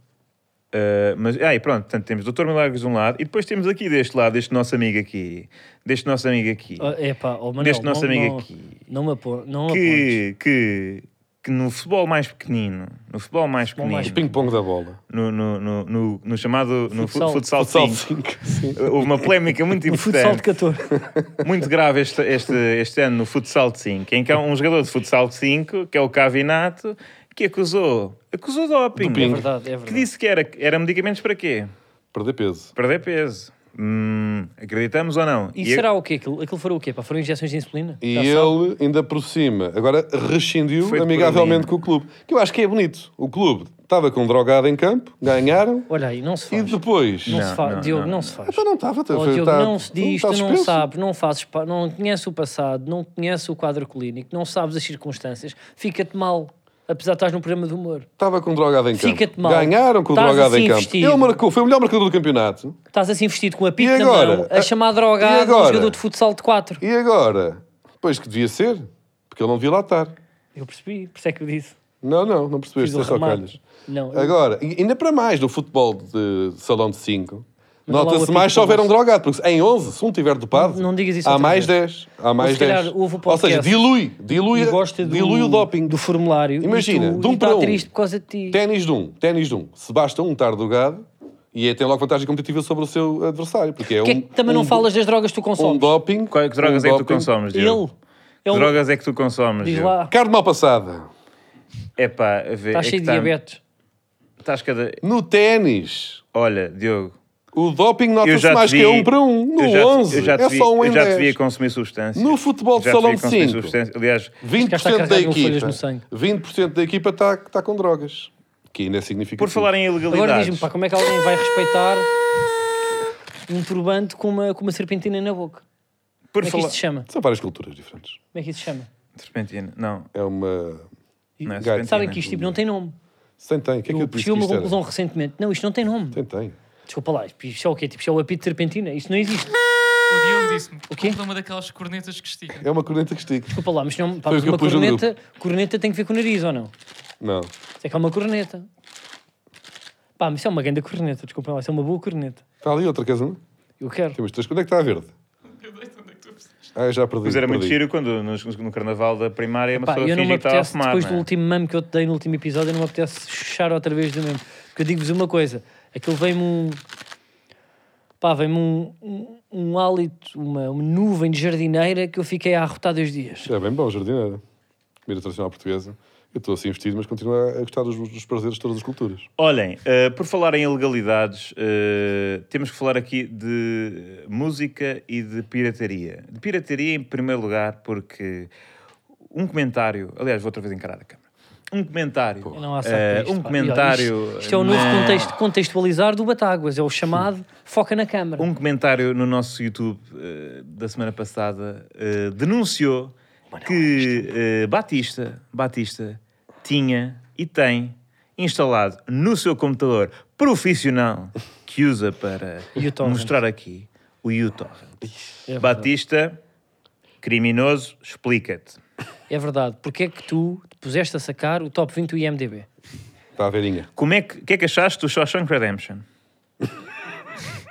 Speaker 3: Uh, mas aí pronto, portanto, temos Dr. Milagres de um lado e depois temos aqui deste lado, deste nosso amigo aqui, deste nosso amigo aqui,
Speaker 1: É pá, oh, Manuel,
Speaker 3: Deste nosso
Speaker 1: não-
Speaker 3: amigo
Speaker 1: não-
Speaker 3: aqui.
Speaker 1: Não me apo- não me apontes.
Speaker 3: que, que, que no futebol mais pequenino, no futebol mais
Speaker 1: Futebol mais
Speaker 3: pequenino,
Speaker 2: O ping-pong da bola.
Speaker 3: no, no, no, no- no chamado no fu-
Speaker 1: Futsal.
Speaker 3: futsal,
Speaker 2: Futsal
Speaker 3: 5,
Speaker 2: cinco, sim.
Speaker 3: houve uma polémica muito
Speaker 1: O Um futsal de
Speaker 3: importante,
Speaker 1: 14.
Speaker 3: muito grave este, este, este ano no futsal de 5, em que há um jogador de futsal de 5, que é o Cavinato, que acusou, acusou doping,
Speaker 1: É
Speaker 2: Doping.
Speaker 1: verdade, é
Speaker 3: que
Speaker 1: verdade.
Speaker 3: disse que era, era medicamentos para quê?
Speaker 2: Perder peso.
Speaker 3: Perder peso. Hum, acreditamos ou não?
Speaker 1: E,
Speaker 3: eu-
Speaker 1: será o quê? Aquilo, aquilo foram o quê? Pá? Foram injeções de insulina?
Speaker 2: E
Speaker 1: Já sabe.
Speaker 2: ele, ainda por cima, agora rescindiu
Speaker 3: Tá Foi por
Speaker 2: amigavelmente
Speaker 3: ali.
Speaker 2: com o clube. Que eu acho que é bonito. O clube estava com drogado em campo, ganharam,
Speaker 1: Olha aí, não se
Speaker 2: e
Speaker 1: faz.
Speaker 2: depois...
Speaker 1: Não,
Speaker 2: Não.
Speaker 1: se faz.
Speaker 3: não,
Speaker 1: Diogo,
Speaker 3: não.
Speaker 1: não, se faz.
Speaker 2: Então não estava.
Speaker 1: Oh,
Speaker 2: foi-
Speaker 1: Diogo,
Speaker 2: tá-
Speaker 1: não se diz,
Speaker 2: tá
Speaker 1: tu não
Speaker 2: suspenso.
Speaker 1: sabes, não fazes, pa- não conheces o passado, não conheces o quadro clínico, não sabes as circunstâncias, fica-te mal, apesar de estás num programa de humor.
Speaker 2: Estava com drogado em campo.
Speaker 1: Fica-te mal.
Speaker 2: Ganharam com
Speaker 1: Estás
Speaker 2: drogado
Speaker 1: assim
Speaker 2: em campo.
Speaker 1: vestido.
Speaker 2: Ele marcou, foi o melhor marcador do campeonato.
Speaker 1: Estás assim vestido com a pica na
Speaker 2: agora?
Speaker 1: mão, a
Speaker 2: Ah,
Speaker 1: chamar
Speaker 2: e
Speaker 1: drogado um
Speaker 2: agora?
Speaker 1: jogador de futsal de 4.
Speaker 2: E agora? Pois que devia ser, porque ele não devia lá estar.
Speaker 1: Eu percebi, por isso é que eu disse.
Speaker 2: Não, não, não
Speaker 1: Fiz
Speaker 2: percebeste,
Speaker 1: o
Speaker 2: é só
Speaker 1: remate.
Speaker 2: calhas.
Speaker 1: Não, eu-
Speaker 2: Agora, e- ainda para mais, no futebol de salão de 5,
Speaker 1: Manda lá
Speaker 2: nota-se
Speaker 1: outro
Speaker 2: mais se
Speaker 1: tipo
Speaker 2: houver um
Speaker 1: de
Speaker 2: drogado, porque se- em 11, se um tiver dopado,
Speaker 1: Não digas isso
Speaker 2: há
Speaker 1: outra
Speaker 2: mais
Speaker 1: vez.
Speaker 2: 10. Há mais
Speaker 1: se calhar
Speaker 2: 10.
Speaker 1: houve o
Speaker 2: Ou seja,
Speaker 1: podcast
Speaker 2: dilui, dilui,
Speaker 1: e gosta do,
Speaker 2: dilui o doping.
Speaker 1: do formulário.
Speaker 2: Imagina,
Speaker 1: e tu,
Speaker 2: de um
Speaker 1: e tá
Speaker 2: para um.
Speaker 1: triste por causa de ti.
Speaker 2: Ténis de um, ténis de um. Se basta um estar drogado, e aí tem logo vantagem competitiva sobre o seu adversário, porque é
Speaker 1: Porquê é
Speaker 2: um,
Speaker 1: que também
Speaker 2: um,
Speaker 1: não falas das drogas que tu
Speaker 2: um
Speaker 1: consomes?
Speaker 2: doping.
Speaker 3: Qual- que drogas
Speaker 2: um
Speaker 3: é que tu
Speaker 2: doping.
Speaker 3: consomes, Diogo?
Speaker 1: Ele. Ele
Speaker 3: Que drogas é que tu consomes,
Speaker 1: diz
Speaker 3: Diogo?
Speaker 1: lá,
Speaker 2: Carne mal passada.
Speaker 3: É pá, a ver,
Speaker 1: está
Speaker 3: é que
Speaker 1: cheio de
Speaker 3: tá-
Speaker 1: diabetes.
Speaker 3: Estás cada...
Speaker 2: No ténis,
Speaker 3: Olha, Diogo,
Speaker 2: o doping
Speaker 3: eu
Speaker 2: nota-se
Speaker 3: já te
Speaker 2: mais
Speaker 3: vi-
Speaker 2: que é um para um.
Speaker 3: eu
Speaker 2: No
Speaker 3: já te-
Speaker 2: 11,
Speaker 3: eu já te
Speaker 2: é
Speaker 3: vi-
Speaker 2: só um em
Speaker 3: Eu já te vi a
Speaker 2: 10.
Speaker 3: consumir substâncias.
Speaker 2: No futebol de
Speaker 3: Já te vi
Speaker 2: salão
Speaker 3: a
Speaker 2: de
Speaker 3: consumir
Speaker 2: cinco.
Speaker 3: substâncias. Aliás,
Speaker 1: Este gajo
Speaker 2: 20%
Speaker 1: está
Speaker 2: da
Speaker 1: carregado com folhas
Speaker 2: equipa.
Speaker 1: no sangue.
Speaker 2: 20% da equipa está tá com drogas. Que ainda é significativo.
Speaker 3: por falar em
Speaker 1: Agora
Speaker 3: ilegalidades...
Speaker 1: diz-me, pá, como é que alguém vai respeitar um turbante com uma, com uma serpentina na boca?
Speaker 3: por
Speaker 1: Como é que
Speaker 3: falar...
Speaker 1: isto se chama?
Speaker 2: São várias culturas diferentes.
Speaker 1: Como é que isto se chama?
Speaker 3: Serpentina. Não,
Speaker 2: É uma.
Speaker 3: não é
Speaker 2: Gato.
Speaker 3: serpentina.
Speaker 1: Sabem que isto tipo, não tem nome.
Speaker 2: Sem tem. O que é que eu
Speaker 1: Eu
Speaker 2: te disse?
Speaker 1: cheguei a
Speaker 2: Que
Speaker 1: uma
Speaker 2: isto
Speaker 1: conclusão
Speaker 2: era?
Speaker 1: recentemente. Não, isto não tem nome.
Speaker 2: Sem tem.
Speaker 1: Desculpa lá, isto- isto é o quê? Tipo, isto é o apito de serpentina? Isto não existe.
Speaker 4: O Diogo disse-me que
Speaker 1: quê?
Speaker 4: compra uma daquelas cornetas que estica.
Speaker 2: É uma corneta que estica.
Speaker 1: Desculpa lá, mas, não, pá,
Speaker 2: Foi o
Speaker 1: mas
Speaker 2: que eu
Speaker 1: uma
Speaker 2: pus no
Speaker 1: corneta, corneta tem que ver com o nariz ou não?
Speaker 2: Não.
Speaker 1: Isso é que é uma corneta. Pá, mas isso é uma grande corneta, desculpem lá, isso é uma boa corneta.
Speaker 2: Está ali outra casa, não?
Speaker 1: Eu quero.
Speaker 2: Temos três. Quando é que está a verde?
Speaker 4: Eu deito onde é que tu precisas.
Speaker 2: Ah, eu já perdi.
Speaker 3: Mas era muito
Speaker 2: perdi.
Speaker 3: giro quando no, no carnaval da primária uma
Speaker 1: Pá,
Speaker 3: pessoa
Speaker 1: eu não me
Speaker 3: fingia que estava a
Speaker 1: apetece,
Speaker 3: fumar.
Speaker 1: depois
Speaker 3: não
Speaker 1: do
Speaker 3: é?
Speaker 1: último mame que eu te dei no último episódio, eu não me apetece chuchar outra vez do mesmo. Porque eu digo-vos uma coisa, aquilo vem-me um... Pá, vem-me um, um, um hálito, uma, uma nuvem de jardineira que eu fiquei a arrotar dois dias.
Speaker 2: É bem bom, jardineira. Comida tradicional portuguesa. Eu estou assim investido, mas continuo a gostar dos, dos prazeres de todas as culturas.
Speaker 3: Olhem, eh, por falar em ilegalidades, eh, temos que falar aqui de música e de pirataria. De pirataria, em primeiro lugar, porque um comentário. Aliás, vou outra vez encarar a câmara. Um comentário.
Speaker 1: Não há saco
Speaker 3: eh,
Speaker 1: para isto,
Speaker 3: um
Speaker 1: pá.
Speaker 3: comentário.
Speaker 1: Isto, isto é o novo
Speaker 3: na-
Speaker 1: contexto, contextualizar do Batáguas, é o chamado foca na câmara.
Speaker 3: Um comentário no nosso YouTube eh, da semana passada eh, denunciou que eh, Batista, Batista tinha e tem instalado no seu computador profissional que usa para
Speaker 1: uTorrent.
Speaker 3: mostrar aqui o uTorrent.
Speaker 1: É verdade.
Speaker 3: Batista, criminoso, explica-te.
Speaker 1: É verdade. Porque é que tu te puseste a sacar o top 20 do IMDB?
Speaker 2: Está a verinha.
Speaker 3: Como é que, o que é que achaste do Shawshank Redemption?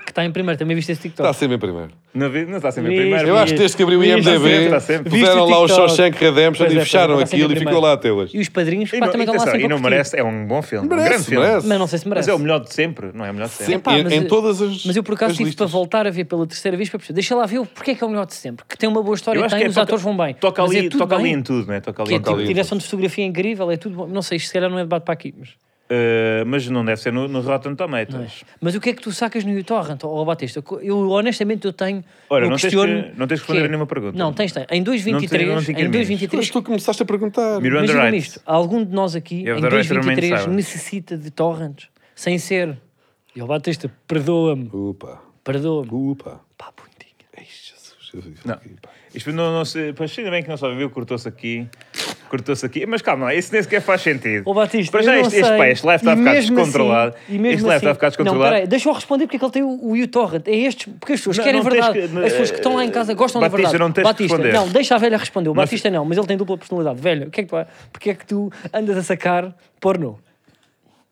Speaker 1: Que está em primeiro. Também viste esse
Speaker 2: Está
Speaker 3: Tá
Speaker 1: TikTok?
Speaker 2: sempre em primeiro.
Speaker 3: Não, vi- não está sempre
Speaker 1: Viste.
Speaker 3: em primeiro.
Speaker 2: Eu acho que desde que abriu o
Speaker 1: Viste
Speaker 2: IMDB,
Speaker 3: sempre, está sempre.
Speaker 2: puseram
Speaker 1: Viste
Speaker 2: lá o
Speaker 1: TikTok?
Speaker 2: Shawshank Redemption
Speaker 1: Pois
Speaker 2: e
Speaker 1: é,
Speaker 2: fecharam
Speaker 1: pois é, está sempre
Speaker 2: aquilo e
Speaker 1: em
Speaker 2: ficou
Speaker 1: primeiro.
Speaker 2: lá até hoje.
Speaker 1: E os padrinhos que
Speaker 3: E não,
Speaker 1: pá, também estão lá assim
Speaker 3: atenção,
Speaker 1: sempre
Speaker 3: e
Speaker 1: a
Speaker 3: não
Speaker 1: curtir.
Speaker 3: merece, é um bom filme. um
Speaker 2: Merece,
Speaker 3: grande filme.
Speaker 2: merece.
Speaker 1: Mas não sei se merece.
Speaker 3: Mas é o melhor de sempre, não é o melhor de sempre.
Speaker 2: Sempre,
Speaker 1: Epá,
Speaker 2: em-
Speaker 1: mas
Speaker 2: em
Speaker 1: eu-
Speaker 2: todas as
Speaker 1: Mas eu por acaso
Speaker 2: as
Speaker 1: tive para
Speaker 2: listas.
Speaker 1: voltar a ver pela terceira vez para perceber. Deixa lá ver o- porque é que é o melhor de sempre. Que tem uma boa história, tem, os
Speaker 3: é toca-
Speaker 1: atores vão bem.
Speaker 3: Toca,
Speaker 1: Mas é
Speaker 3: ali,
Speaker 1: tudo
Speaker 3: toca ali
Speaker 1: bem,
Speaker 3: em tudo, né? Toca ali
Speaker 1: Que é
Speaker 3: em tudo.
Speaker 1: tipo, direção de fotografia incrível, é tudo bom. Não sei, isto se calhar não é debate para aqui. Mas,
Speaker 3: Uh, mas não deve ser no, no Rotten Tomatoes.
Speaker 1: mas o que é que tu sacas no torrent ou Batista? Eu honestamente eu tenho.
Speaker 3: Ora,
Speaker 1: eu
Speaker 3: não tens que-
Speaker 1: questiono
Speaker 3: não tens que responder
Speaker 1: é-
Speaker 3: a nenhuma pergunta.
Speaker 1: Não, tens, tens. Em
Speaker 3: Não te-
Speaker 1: 2.23,
Speaker 3: não te
Speaker 1: em 2.23
Speaker 2: Mas tu começaste a perguntar.
Speaker 3: Miranda
Speaker 1: Imagina
Speaker 3: Wright.
Speaker 1: isto, algum de nós aqui,
Speaker 3: Eu
Speaker 1: em
Speaker 3: adoro esta
Speaker 1: 2023,
Speaker 3: mensagem.
Speaker 1: necessita de torrents, sem ser. E o Batista, perdoa-me,
Speaker 2: Upa,
Speaker 1: perdoa-me.
Speaker 2: upa.
Speaker 1: Pá, pontinha.
Speaker 2: Ai, Jesus, Jesus.
Speaker 1: é.
Speaker 3: Não. Isto não, não se, pois ainda bem que não só viu, cortou-se aqui. Cortou-se aqui. Mas calma, lá, isso nem sequer faz sentido.
Speaker 1: Ô Batista,
Speaker 3: Para
Speaker 1: eu
Speaker 3: já
Speaker 1: não
Speaker 3: este,
Speaker 1: sei.
Speaker 3: este, pá, este live está a
Speaker 1: E
Speaker 3: ficar
Speaker 1: mesmo
Speaker 3: descontrolado.
Speaker 1: assim- e mesmo
Speaker 3: este live está
Speaker 1: assim-
Speaker 3: a ficar
Speaker 1: Não,
Speaker 3: descontrolado.
Speaker 1: peraí, deixa eu responder porque é que ele tem o, o torrent. É estes, porque as pessoas
Speaker 3: Não,
Speaker 1: querem
Speaker 3: não tens
Speaker 1: verdade.
Speaker 3: que- eh,
Speaker 1: as pessoas que estão lá em casa gostam
Speaker 3: Batista,
Speaker 1: da verdade.
Speaker 3: não tens que
Speaker 1: Batista,
Speaker 3: responder.
Speaker 1: não, deixa a velha responder. O
Speaker 3: Nós-
Speaker 1: Batista não, mas ele tem dupla personalidade. Velho, o que é que tu, porque é que tu andas a sacar pornô?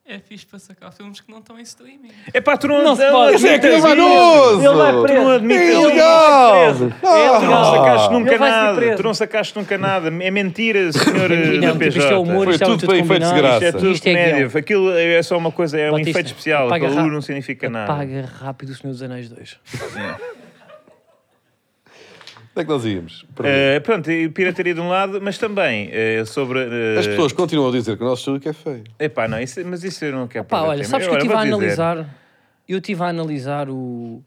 Speaker 4: É é fixe para sacar filmes que não estão em streaming.
Speaker 3: É pá, tu não,
Speaker 1: Não se pode.
Speaker 3: admites
Speaker 1: Isso é
Speaker 2: que é
Speaker 3: isso.
Speaker 2: enganoso!
Speaker 1: Ele vai
Speaker 3: Tu não
Speaker 1: preso.
Speaker 3: admites
Speaker 2: É
Speaker 3: isso. É,
Speaker 2: ilegal!
Speaker 3: Tu não sacaste-
Speaker 2: Ah!
Speaker 3: Tu não sacaste nunca
Speaker 1: Ele vai ser
Speaker 3: nada.
Speaker 1: preso.
Speaker 3: Tu não sacaste nunca nada. É mentira, senhor eh,
Speaker 1: Não,
Speaker 3: da
Speaker 1: tipo, isto
Speaker 3: PJ.
Speaker 1: é humor,
Speaker 2: Foi
Speaker 1: isto é
Speaker 2: tudo
Speaker 1: tudo
Speaker 2: bem feito de
Speaker 1: combinado.
Speaker 2: graça.
Speaker 3: Isto é tudo
Speaker 1: Isto é
Speaker 3: comédia.
Speaker 1: guião.
Speaker 3: Aquilo é só uma coisa, é um
Speaker 1: Batista,
Speaker 3: efeito especial.
Speaker 1: apaga
Speaker 3: Aquilo
Speaker 1: ra-
Speaker 3: não significa nada.
Speaker 1: Apaga rápido o Senhor dos Anéis 2.
Speaker 2: Onde é que nós íamos? Perdão.
Speaker 3: Eh, pronto, e pirataria de um lado, mas também eh, sobre. eh,
Speaker 1: é.
Speaker 2: As pessoas continuam a dizer que o nosso estúdio é feio.
Speaker 3: Epá, não, isso, mas isso eu não quero
Speaker 1: Pá,
Speaker 3: perder
Speaker 1: olha,
Speaker 3: tempo.
Speaker 1: sabes que eu
Speaker 3: Agora,
Speaker 1: estive a
Speaker 3: vou dizer,
Speaker 1: analisar. Eu estive a analisar o.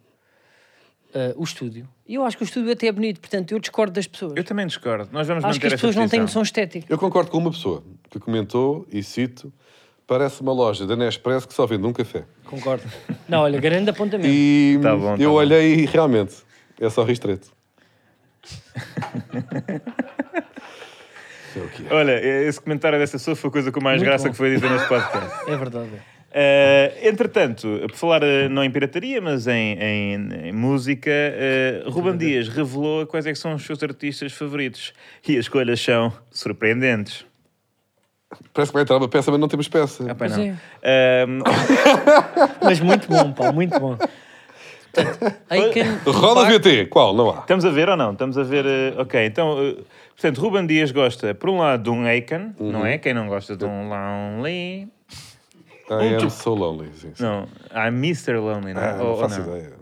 Speaker 1: ah, o estúdio. E eu acho que o estúdio até é bonito, portanto, eu discordo das pessoas.
Speaker 3: Eu também discordo. Nós vamos
Speaker 1: Acho que
Speaker 3: manter
Speaker 1: as
Speaker 3: essa
Speaker 1: pessoas não têm noção
Speaker 3: posição.
Speaker 1: estética.
Speaker 2: Eu concordo com uma pessoa que comentou, e cito, parece uma loja da Nespresso que só vende um café.
Speaker 1: Concordo. Não, olha, grande apontamento.
Speaker 2: E
Speaker 3: Tá bom, tá
Speaker 2: eu
Speaker 3: bom.
Speaker 2: olhei e realmente é só ristreto. Sei o que é.
Speaker 3: Olha, eh, esse comentário dessa pessoa foi a coisa com mais
Speaker 1: Muito
Speaker 3: graça
Speaker 1: bom.
Speaker 3: que foi dita neste podcast.
Speaker 1: É verdade.
Speaker 3: Eh, entretanto, por falar eh, não em pirataria, mas em, em- em música, eh, Ruben Dias revelou quais é que são os seus artistas favoritos. E as escolhas são surpreendentes.
Speaker 2: Parece que vai entrar uma peça, mas não temos peça.
Speaker 3: Ah, pá,
Speaker 1: Pois
Speaker 3: não.
Speaker 1: é.
Speaker 3: Ahm,
Speaker 1: Mas muito bom, pá, muito bom. Portanto, I can-
Speaker 2: Roda VT, qual? Não há.
Speaker 3: Estamos a ver ou não? Estamos a ver. eh, ok, então. eh, portanto, Ruben Dias gosta, por um lado, de um Aiken, não
Speaker 2: Uhum.
Speaker 3: é? Quem não gosta de um Lonely.
Speaker 2: I am so Ah, lonely. Sim, sim.
Speaker 3: Não, I'm Mr. Lonely, não é?
Speaker 2: Ah,
Speaker 3: ou,
Speaker 2: não
Speaker 3: ou
Speaker 2: faço
Speaker 3: não?
Speaker 2: ideia.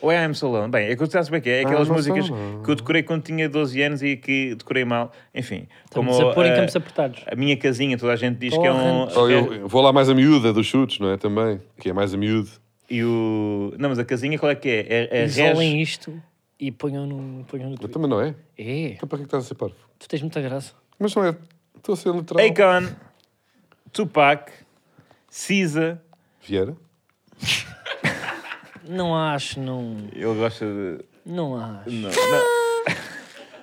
Speaker 3: Ou é I'm So Lonely? Bem, é que eu sabes bem que é. é aquelas
Speaker 2: Ah, não
Speaker 3: músicas
Speaker 2: sou, não.
Speaker 3: que eu decorei quando tinha 12 anos e que decorei mal. Enfim.
Speaker 1: Estamos a pôr em
Speaker 3: eh,
Speaker 1: campos apertados.
Speaker 3: A minha casinha, toda a gente diz que é um.
Speaker 1: Torrent.
Speaker 2: Oh,
Speaker 3: é-
Speaker 2: eu, eu vou lá mais a miúda dos chutes, não é? Também, que é mais a miúda.
Speaker 3: E o. Não, mas a casinha qual é que é? É, é
Speaker 1: Isolem
Speaker 3: Reg-
Speaker 1: isto e ponham no, ponham no
Speaker 2: Mas
Speaker 1: Twitter.
Speaker 2: também não é?
Speaker 1: É,
Speaker 2: Então para que é que estás a ser parvo?
Speaker 1: tu tens muita graça.
Speaker 2: Mas não é. Estou a ser literal.
Speaker 3: Akon, Tupac, Cisa.
Speaker 2: Vieira?
Speaker 1: Não acho, não,
Speaker 3: Ele gosta de.
Speaker 1: não acho.
Speaker 3: Não, não.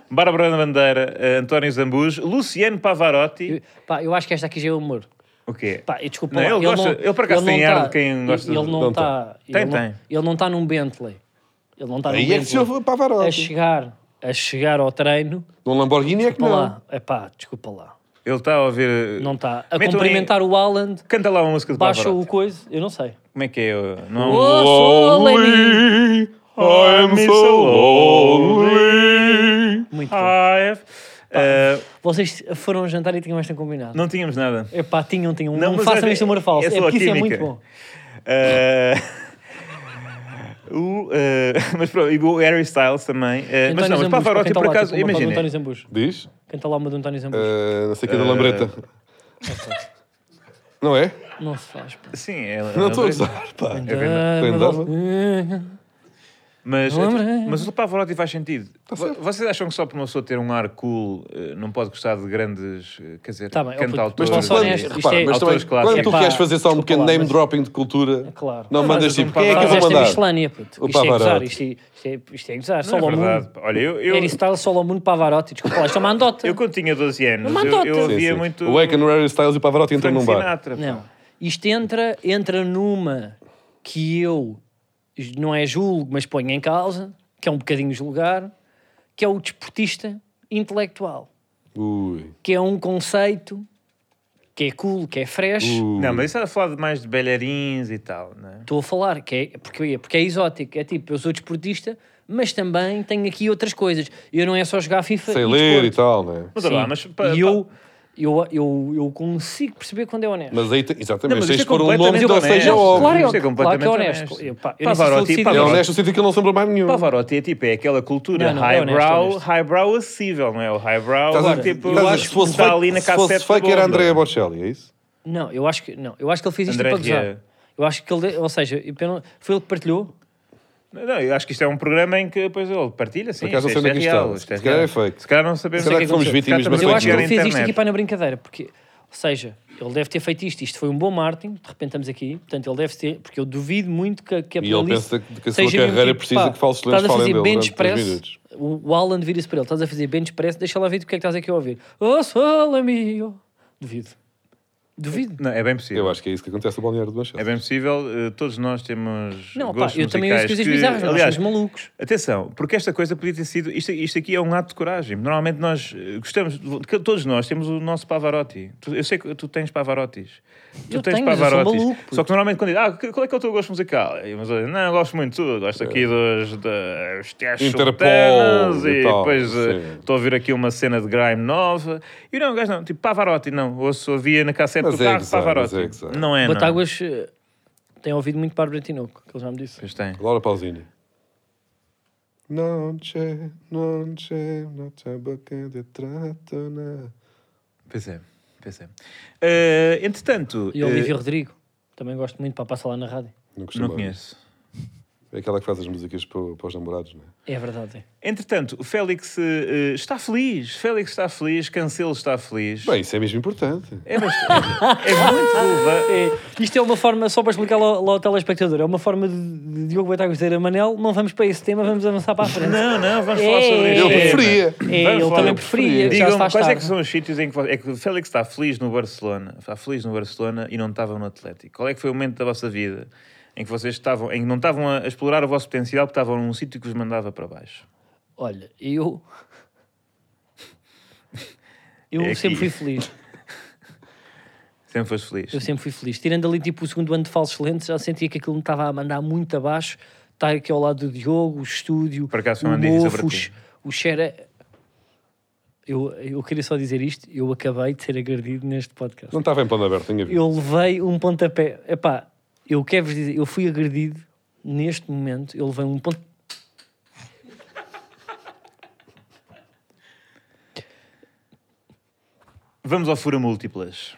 Speaker 3: Bárbara da Bandeira, eh, António Zambuz, Luciano Pavarotti.
Speaker 1: Eu, pá, eu acho que esta aqui já é humor.
Speaker 3: O quê?
Speaker 1: Pá, e desculpa
Speaker 3: Não,
Speaker 1: lá,
Speaker 3: ele gosta- ele por acaso
Speaker 1: não
Speaker 3: tem ar
Speaker 1: tá-
Speaker 3: de quem
Speaker 1: Ele,
Speaker 3: gosta de-
Speaker 1: ele não
Speaker 2: não
Speaker 1: está.
Speaker 3: Tem,
Speaker 1: ele, não-
Speaker 3: tem.
Speaker 1: ele não está num Bentley. Ele não está num
Speaker 2: Aí é que se
Speaker 1: Bentley.
Speaker 2: ouve Pavarotti.
Speaker 1: a chegar, a chegar ao treino,
Speaker 2: Num Lamborghini é que
Speaker 1: desculpa
Speaker 2: não.
Speaker 1: lá. Epá, desculpa lá.
Speaker 3: Ele está a ouvir. eh,
Speaker 1: Não está. A
Speaker 3: Metam aí-
Speaker 1: cumprimentar o Haaland,
Speaker 3: Canta lá uma música de
Speaker 1: baixa
Speaker 3: Pavarotti.
Speaker 1: o coisa, eu não sei.
Speaker 3: Como é que é? eh, Não há um-
Speaker 2: Lonely, I'm so lonely.
Speaker 1: Muito bom.
Speaker 3: I have- Eh,
Speaker 1: Vocês foram jantar e tinham esta combinado.
Speaker 3: não tínhamos nada.
Speaker 1: Epá, tinham, tinham.
Speaker 3: Não,
Speaker 1: Não,
Speaker 3: mas
Speaker 1: façam
Speaker 3: é-
Speaker 1: isto humor falso. É,
Speaker 3: é só
Speaker 1: porque isso é
Speaker 3: química.
Speaker 1: muito bom.
Speaker 3: Eh, o, eh, mas pronto, e o Harry Styles também. eh, mas
Speaker 1: António
Speaker 3: não, mas
Speaker 1: Zambujo,
Speaker 3: Pavarotti,
Speaker 1: canta
Speaker 3: por
Speaker 1: lá,
Speaker 3: acaso,
Speaker 1: tipo, uma para o
Speaker 3: imagina.
Speaker 1: António Zambujo.
Speaker 2: Diz?
Speaker 1: Canta lá uma do António Zambujo.
Speaker 2: Ah, não sei o que é da Lambreta. Não é?
Speaker 1: Não se faz. pá.
Speaker 3: Sim, é,
Speaker 2: Não estou a usar, pá.
Speaker 1: Andava-
Speaker 3: Mas, é tipo,
Speaker 1: Lembrei.
Speaker 3: mas o Pavarotti faz sentido.
Speaker 2: Tá
Speaker 3: Vo- Vocês acham que só por uma pessoa ter um ar cool eh, não pode gostar de grandes, eh, quer dizer,
Speaker 1: Tá bem, ó puto,
Speaker 3: cantautores?
Speaker 2: Mas,
Speaker 1: Vou
Speaker 2: tu,
Speaker 1: ser
Speaker 2: quando,
Speaker 1: honesto, isto
Speaker 2: repara,
Speaker 1: é-
Speaker 2: mas também,
Speaker 3: Autores clássicos.
Speaker 2: quando tu
Speaker 1: Epá,
Speaker 2: queres fazer só um
Speaker 1: desculpa
Speaker 2: pequeno
Speaker 1: lá,
Speaker 2: name
Speaker 1: mas-
Speaker 2: dropping de cultura,
Speaker 1: É claro.
Speaker 2: não
Speaker 3: Ah,
Speaker 2: mandas
Speaker 3: mas
Speaker 2: tipo,
Speaker 3: um
Speaker 2: quem é que eu
Speaker 1: Mas
Speaker 2: vou
Speaker 1: esta é
Speaker 2: mandar?
Speaker 1: miscelânea, puto.
Speaker 2: O
Speaker 1: Isto é gozar,
Speaker 2: Pavarotti.
Speaker 1: isto é, isto é, isto é gozar.
Speaker 3: Não é
Speaker 1: Solomon.
Speaker 3: verdade. Olha, eu, eu,
Speaker 1: Harry Styles, Solomon, Pavarotti. Desculpa, lá, isto é uma andota.
Speaker 3: eu quando tinha 12 anos,
Speaker 1: Uma
Speaker 3: eu, eu
Speaker 1: andota.
Speaker 2: Sim,
Speaker 3: ouvia
Speaker 2: sim.
Speaker 3: muito
Speaker 2: O Aiken, o Harry Styles e o Pavarotti entram
Speaker 3: Frank
Speaker 2: num bar.
Speaker 3: Sinatra. pá.
Speaker 1: Não. Isto entra, entra numa que eu não é julgo, mas ponho em causa, que é um bocadinho julgar, que é o desportista intelectual,
Speaker 2: Ui.
Speaker 1: que é um conceito que é cool, que é fresh.
Speaker 2: ui.
Speaker 3: Não, mas isso era falar de mais de belharins e tal, não é?
Speaker 1: Estou a falar, que é, porque, porque é exótico. É tipo, eu sou desportista, mas também tenho aqui outras coisas. Eu não é só jogar FIFA.
Speaker 2: Sei
Speaker 1: e
Speaker 2: ler e
Speaker 1: desporto.
Speaker 2: tal, não é?
Speaker 3: Mas, olha lá,
Speaker 1: Sim.
Speaker 3: mas pa- pa-
Speaker 1: e eu, eu, eu, eu consigo perceber quando é honesto.
Speaker 2: Mas aí, te-
Speaker 3: Não,
Speaker 2: exatamente,
Speaker 3: mas
Speaker 2: tens
Speaker 3: isto
Speaker 2: de
Speaker 3: é
Speaker 2: pôr um nome
Speaker 3: completamente
Speaker 2: que ele
Speaker 3: honesto.
Speaker 2: seja
Speaker 1: Claro,
Speaker 2: óbvio.
Speaker 1: é
Speaker 3: Isto
Speaker 1: claro que é honesto. Eu, pá, eu nem sei se
Speaker 3: Pavarotti,
Speaker 1: sou decidido.
Speaker 2: É
Speaker 3: Pavarotti.
Speaker 2: honesto no sentido que ele não se lembra mais nenhum.
Speaker 3: Pavarotti é tipo, é aquela cultura
Speaker 1: Não, não, é honesto,
Speaker 3: highbrow,
Speaker 1: honesto.
Speaker 3: highbrow acessível, não é? O highbrow,
Speaker 2: Estás a-
Speaker 3: tipo,
Speaker 2: estás a-
Speaker 3: acho
Speaker 2: se
Speaker 3: que
Speaker 2: fosse
Speaker 3: está
Speaker 2: fake-
Speaker 3: ali na
Speaker 2: se
Speaker 3: cassete
Speaker 2: fosse
Speaker 3: da
Speaker 2: fake era
Speaker 3: bomba.
Speaker 2: Andrea Bocelli, é isso?
Speaker 1: Não, eu acho que não, eu acho que ele fez isto
Speaker 3: André
Speaker 1: para gozar.
Speaker 3: Rieu.
Speaker 1: Eu acho que ele, ou seja, eu não- foi ele que partilhou.
Speaker 3: Não, não, eu acho que isto é um programa em que depois ele partilha, sim.
Speaker 2: Por acaso
Speaker 3: isto,
Speaker 2: não sei
Speaker 3: isto
Speaker 2: onde é que
Speaker 3: é
Speaker 2: isto
Speaker 3: real,
Speaker 2: está.
Speaker 3: isto é
Speaker 2: Se calhar
Speaker 3: real.
Speaker 2: é fake.
Speaker 3: Se calhar não sabemos.
Speaker 2: Se calhar
Speaker 3: o é
Speaker 2: fomos
Speaker 3: aconteceu.
Speaker 2: vítimas,
Speaker 3: Se calhar
Speaker 1: Mas
Speaker 2: mas
Speaker 1: eu
Speaker 3: estamos
Speaker 1: acho que
Speaker 3: a
Speaker 1: ele
Speaker 3: chegar
Speaker 1: fez
Speaker 3: à
Speaker 1: isto aqui
Speaker 3: internet.
Speaker 1: para na brincadeira, porque, ou seja, ele deve ter feito isto. Isto foi um bom marketing, de repente estamos aqui, portanto ele deve ter, porque eu duvido muito que, a- que a
Speaker 2: E ele
Speaker 1: playlist
Speaker 2: pensa que a sua
Speaker 1: seja mesmo tipo,
Speaker 2: carreira precisa que falsos lentes
Speaker 1: Estás a
Speaker 2: falem
Speaker 1: fazer
Speaker 2: dele
Speaker 1: bench
Speaker 2: durante três
Speaker 1: press,
Speaker 2: minutos.
Speaker 1: o, o Alan vira-se para ele, estás a fazer bench press, deixa lá ver o que é que estás aqui a ouvir. Oh, sol amigo. Duvido. Duvido.
Speaker 3: Não, é bem possível.
Speaker 2: Eu acho que é isso que acontece no balneário do Manchester.
Speaker 3: É bem possível. eh, todos nós temos
Speaker 1: Não, pá,
Speaker 3: gostos
Speaker 1: eu também ouço
Speaker 3: musicais
Speaker 1: coisas
Speaker 3: que-
Speaker 1: bizarras, mas nós
Speaker 3: aliás,
Speaker 1: somos malucos.
Speaker 3: Atenção, porque esta coisa podia ter sido. Isto, isto aqui é um ato de coragem. Normalmente nós eh, gostamos. que Todos nós temos o nosso Pavarotti. Tu- eu sei que tu tens Pavarotis. Tu
Speaker 1: Eu tenho, mas eu sou maluco, puto.
Speaker 3: Só que normalmente quando dizem, ah, que- qual é que é o teu gosto musical? E umas dizem, não, eu gosto muito de tudo. Gosto aqui dos. dos testes
Speaker 2: É. Interpol
Speaker 3: sultanas
Speaker 2: e
Speaker 3: e
Speaker 2: tal,
Speaker 3: depois eh,
Speaker 2: sim.
Speaker 3: estou a ouvir aqui uma cena de grime nova. E não, o gajo não. Tipo, Pavarotti, não. Ouço, ouvia na cassete
Speaker 2: Mas
Speaker 3: do
Speaker 2: é
Speaker 3: carro
Speaker 2: gozar,
Speaker 3: Pavarotti.
Speaker 2: mas é gozar.
Speaker 3: não é, não.
Speaker 1: Batáguas eh, tem ouvido muito Bárbara Tinoco, que ele já me disse.
Speaker 3: Pois tem.
Speaker 2: Laura Pausini. Non c'è, non c'è una tua bocca di tratto, na.
Speaker 3: Pois é. Pois é. Eh, entretanto.
Speaker 1: E
Speaker 3: eh,
Speaker 1: Olívia Rodrigo, também gosto muito para passar lá na rádio.
Speaker 2: Não, costumo
Speaker 3: não
Speaker 2: ouvir.
Speaker 3: conheço.
Speaker 2: É aquela que faz as músicas para, o- para os namorados, não é?
Speaker 1: É verdade.
Speaker 3: Entretanto, o Félix eh, eh, está feliz. Félix está feliz, Cancelo está feliz.
Speaker 2: Bem, isso é mesmo importante.
Speaker 3: é, bastante, é muito relevante.
Speaker 1: É, isto é uma forma, só para explicar lá, lá ao telespectador, é uma forma de, de Diogo Batáguas dizer a Manel, não vamos para esse tema, vamos avançar para a frente.
Speaker 3: Não, não, vamos falar
Speaker 1: É.
Speaker 3: sobre
Speaker 2: Eu
Speaker 3: este tema.
Speaker 2: preferia.
Speaker 1: É,
Speaker 3: Vamos
Speaker 1: ele
Speaker 3: falar,
Speaker 1: também
Speaker 3: eu
Speaker 1: preferia. já
Speaker 3: Digam-me,
Speaker 1: está
Speaker 3: quais é
Speaker 1: tarde.
Speaker 3: que são os sítios em que... vo- É que o Félix está feliz no Barcelona. Está feliz no Barcelona e não estava no Atlético. Qual é que foi o momento da vossa vida em que vocês estavam... Em que não estavam a explorar o vosso potencial porque estavam num sítio que vos mandava para baixo?
Speaker 1: Olha, eu. Eu
Speaker 3: É
Speaker 1: sempre fui
Speaker 3: aqui.
Speaker 1: feliz.
Speaker 3: Sempre foste feliz?
Speaker 1: Eu sempre fui feliz. Tirando ali tipo o segundo ano de falsos lentes, já sentia que aquilo me estava a mandar muito abaixo. Estar aqui ao lado do Diogo, o estúdio,
Speaker 3: Por acaso foi
Speaker 1: o
Speaker 3: uma notícia
Speaker 1: mofo,
Speaker 3: para
Speaker 1: o,
Speaker 3: ti.
Speaker 1: che- o cheiro. a- Eu, eu queria só dizer isto. Eu acabei de ser agredido neste podcast.
Speaker 2: Não estava em plano aberto, tinha visto.
Speaker 1: Eu levei um pontapé. Epá, eu quero vos dizer, eu fui agredido neste momento. Eu levei um ponto.
Speaker 3: Vamos ao Fura Múltiplas.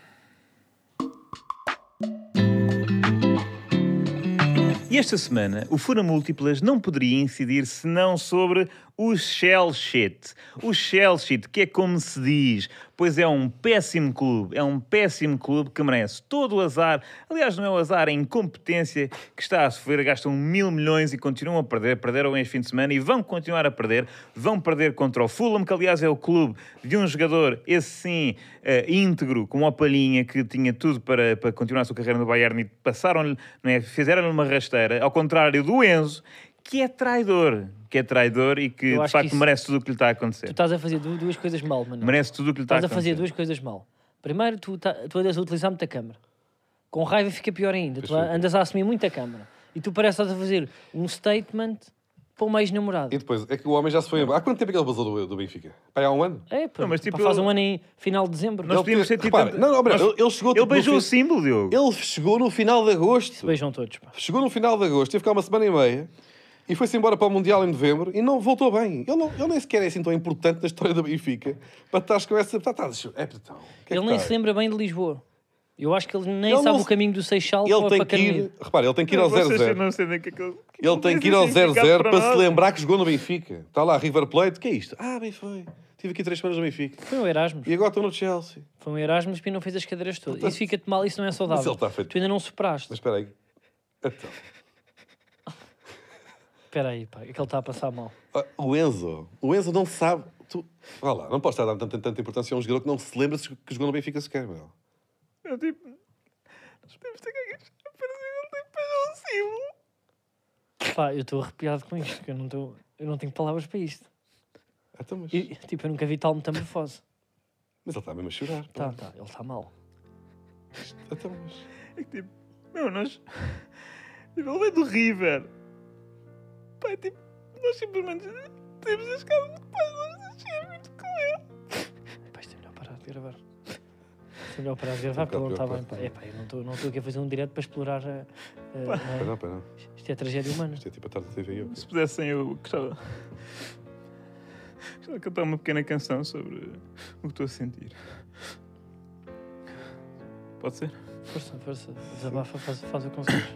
Speaker 3: E esta semana, o Fura Múltiplas não poderia incidir senão sobre o Shell Shit. O Shell Shit, que é como se diz, pois é um péssimo clube. É um péssimo clube que merece todo o azar. Aliás, não é o azar, é a incompetência que está a sofrer. Gastam mil milhões e continuam a perder. Perderam este fim de semana e vão continuar a perder. Vão perder contra o Fulham, que aliás é o clube de um jogador, esse sim, eh, íntegro, com uma palhinha que tinha tudo para, para continuar a sua carreira no Bayern e passaram-lhe, não é? fizeram-lhe uma rasteira, ao contrário do Enzo, que é traidor, que é traidor e que
Speaker 1: Eu
Speaker 3: de
Speaker 1: acho
Speaker 3: facto
Speaker 1: que isso-
Speaker 3: merece tudo o que lhe está a
Speaker 1: Tu
Speaker 3: acontecer.
Speaker 1: estás a fazer du- duas coisas mal, mano.
Speaker 3: Merece tudo o que lhe está a
Speaker 2: Tá,
Speaker 1: Estás a
Speaker 3: acontecer.
Speaker 1: fazer duas coisas mal. Primeiro, tu, tá, tu andas a utilizar muita câmara. Com raiva fica pior ainda. Tu
Speaker 2: Pois fica.
Speaker 1: andas a assumir muita câmara. E tu parece que estás a fazer um statement para uma ex-namorada.
Speaker 2: E depois, é que o homem já se foi embora. Há quanto tempo é que ele vazou do, do Benfica? Pai, há um ano?
Speaker 1: É, pá,
Speaker 3: Não, mas,
Speaker 1: pá,
Speaker 3: tipo,
Speaker 1: faz
Speaker 3: eu-
Speaker 1: um ano em final de dezembro.
Speaker 3: Nós
Speaker 2: Ele
Speaker 3: podíamos
Speaker 2: teve-
Speaker 3: ter tido
Speaker 2: repara,
Speaker 3: tanta-
Speaker 2: não, não, Breno,
Speaker 3: nós-
Speaker 2: ele- ele chegou,
Speaker 3: Ele
Speaker 2: tipo, no
Speaker 3: beijou o
Speaker 2: fim-
Speaker 3: símbolo, Diogo.
Speaker 2: Ele chegou no final de agosto.
Speaker 1: Beijam todos. Pá.
Speaker 2: Chegou no final de agosto, teve que ficar uma semana e meia e foi-se embora para o Mundial em novembro e não voltou bem. Ele, não, ele nem sequer é assim tão importante na história do Benfica para estás com essa. Tá, tá, é, então, o que é
Speaker 1: ele
Speaker 2: que
Speaker 1: nem
Speaker 2: tá?
Speaker 1: se lembra bem de Lisboa. Eu acho que ele nem
Speaker 2: Ele
Speaker 1: sabe
Speaker 2: não
Speaker 1: o
Speaker 2: se-
Speaker 1: caminho do Seixal
Speaker 2: Ele
Speaker 1: para,
Speaker 2: tem
Speaker 1: para
Speaker 2: que
Speaker 1: Carmelo.
Speaker 2: ir. Repara, ele tem que ir ao
Speaker 3: Vocês
Speaker 2: 0-0.
Speaker 3: não sabem o que é que ele-
Speaker 2: Ele tem que ir ao
Speaker 3: Isso é significado
Speaker 2: 0-0 para
Speaker 3: nós.
Speaker 2: se lembrar que jogou no Benfica. Está lá, River Plate. O que é isto? Ah, bem foi. Tive aqui três semanas no Benfica.
Speaker 1: Foi um Erasmus.
Speaker 2: E agora estou no Chelsea.
Speaker 1: Foi um Erasmus e não fez as cadeiras todas. Isso fica-te mal, isso não é saudável.
Speaker 2: ele está feito.
Speaker 1: Tu ainda não superaste.
Speaker 2: Mas espera aí. Então,
Speaker 1: Espera aí, pá, é que ele está a passar mal.
Speaker 2: ah, o Enzo. O Enzo não sabe. Tu, vá lá, não podes estar a dar tanta, tanta importância a um jogador que não se lembra se- que jogou no Benfica sequer, meu.
Speaker 3: Eu tipo. Nós temos de cagar. Apareceu ele tem para um símbolo.
Speaker 1: Pá, eu estou arrepiado com isto, que eu não, estou eu não tenho palavras para isto.
Speaker 2: Então, mas,
Speaker 1: E, tipo, eu nunca vi tal metamorfose.
Speaker 2: mas ele está mesmo a chorar.
Speaker 1: Tá, tá, ele está mal.
Speaker 2: Então, mas...
Speaker 3: É que tipo. Meu, nós. Tipo, ele veio do River. Pai, tipo. Nós simplesmente. Temos as casas de paz, nós achamos com ele.
Speaker 1: Pá, isto é melhor parar de gravar. Isto é melhor parar de gravar porque ele não está bem. Pá. É, pá, eu não estou- não estou aqui a fazer um direto para explorar. A, a-
Speaker 2: Pera, pera.
Speaker 1: a- isto é tragédia humana.
Speaker 2: Isto é tipo a tarde da TV e eu.
Speaker 3: Se pudessem, eu gostava. Gostava de cantar uma pequena canção sobre o que estou a sentir. Pode ser?
Speaker 1: tipo, Força, força. Desabafa, faz, faz o que consegues.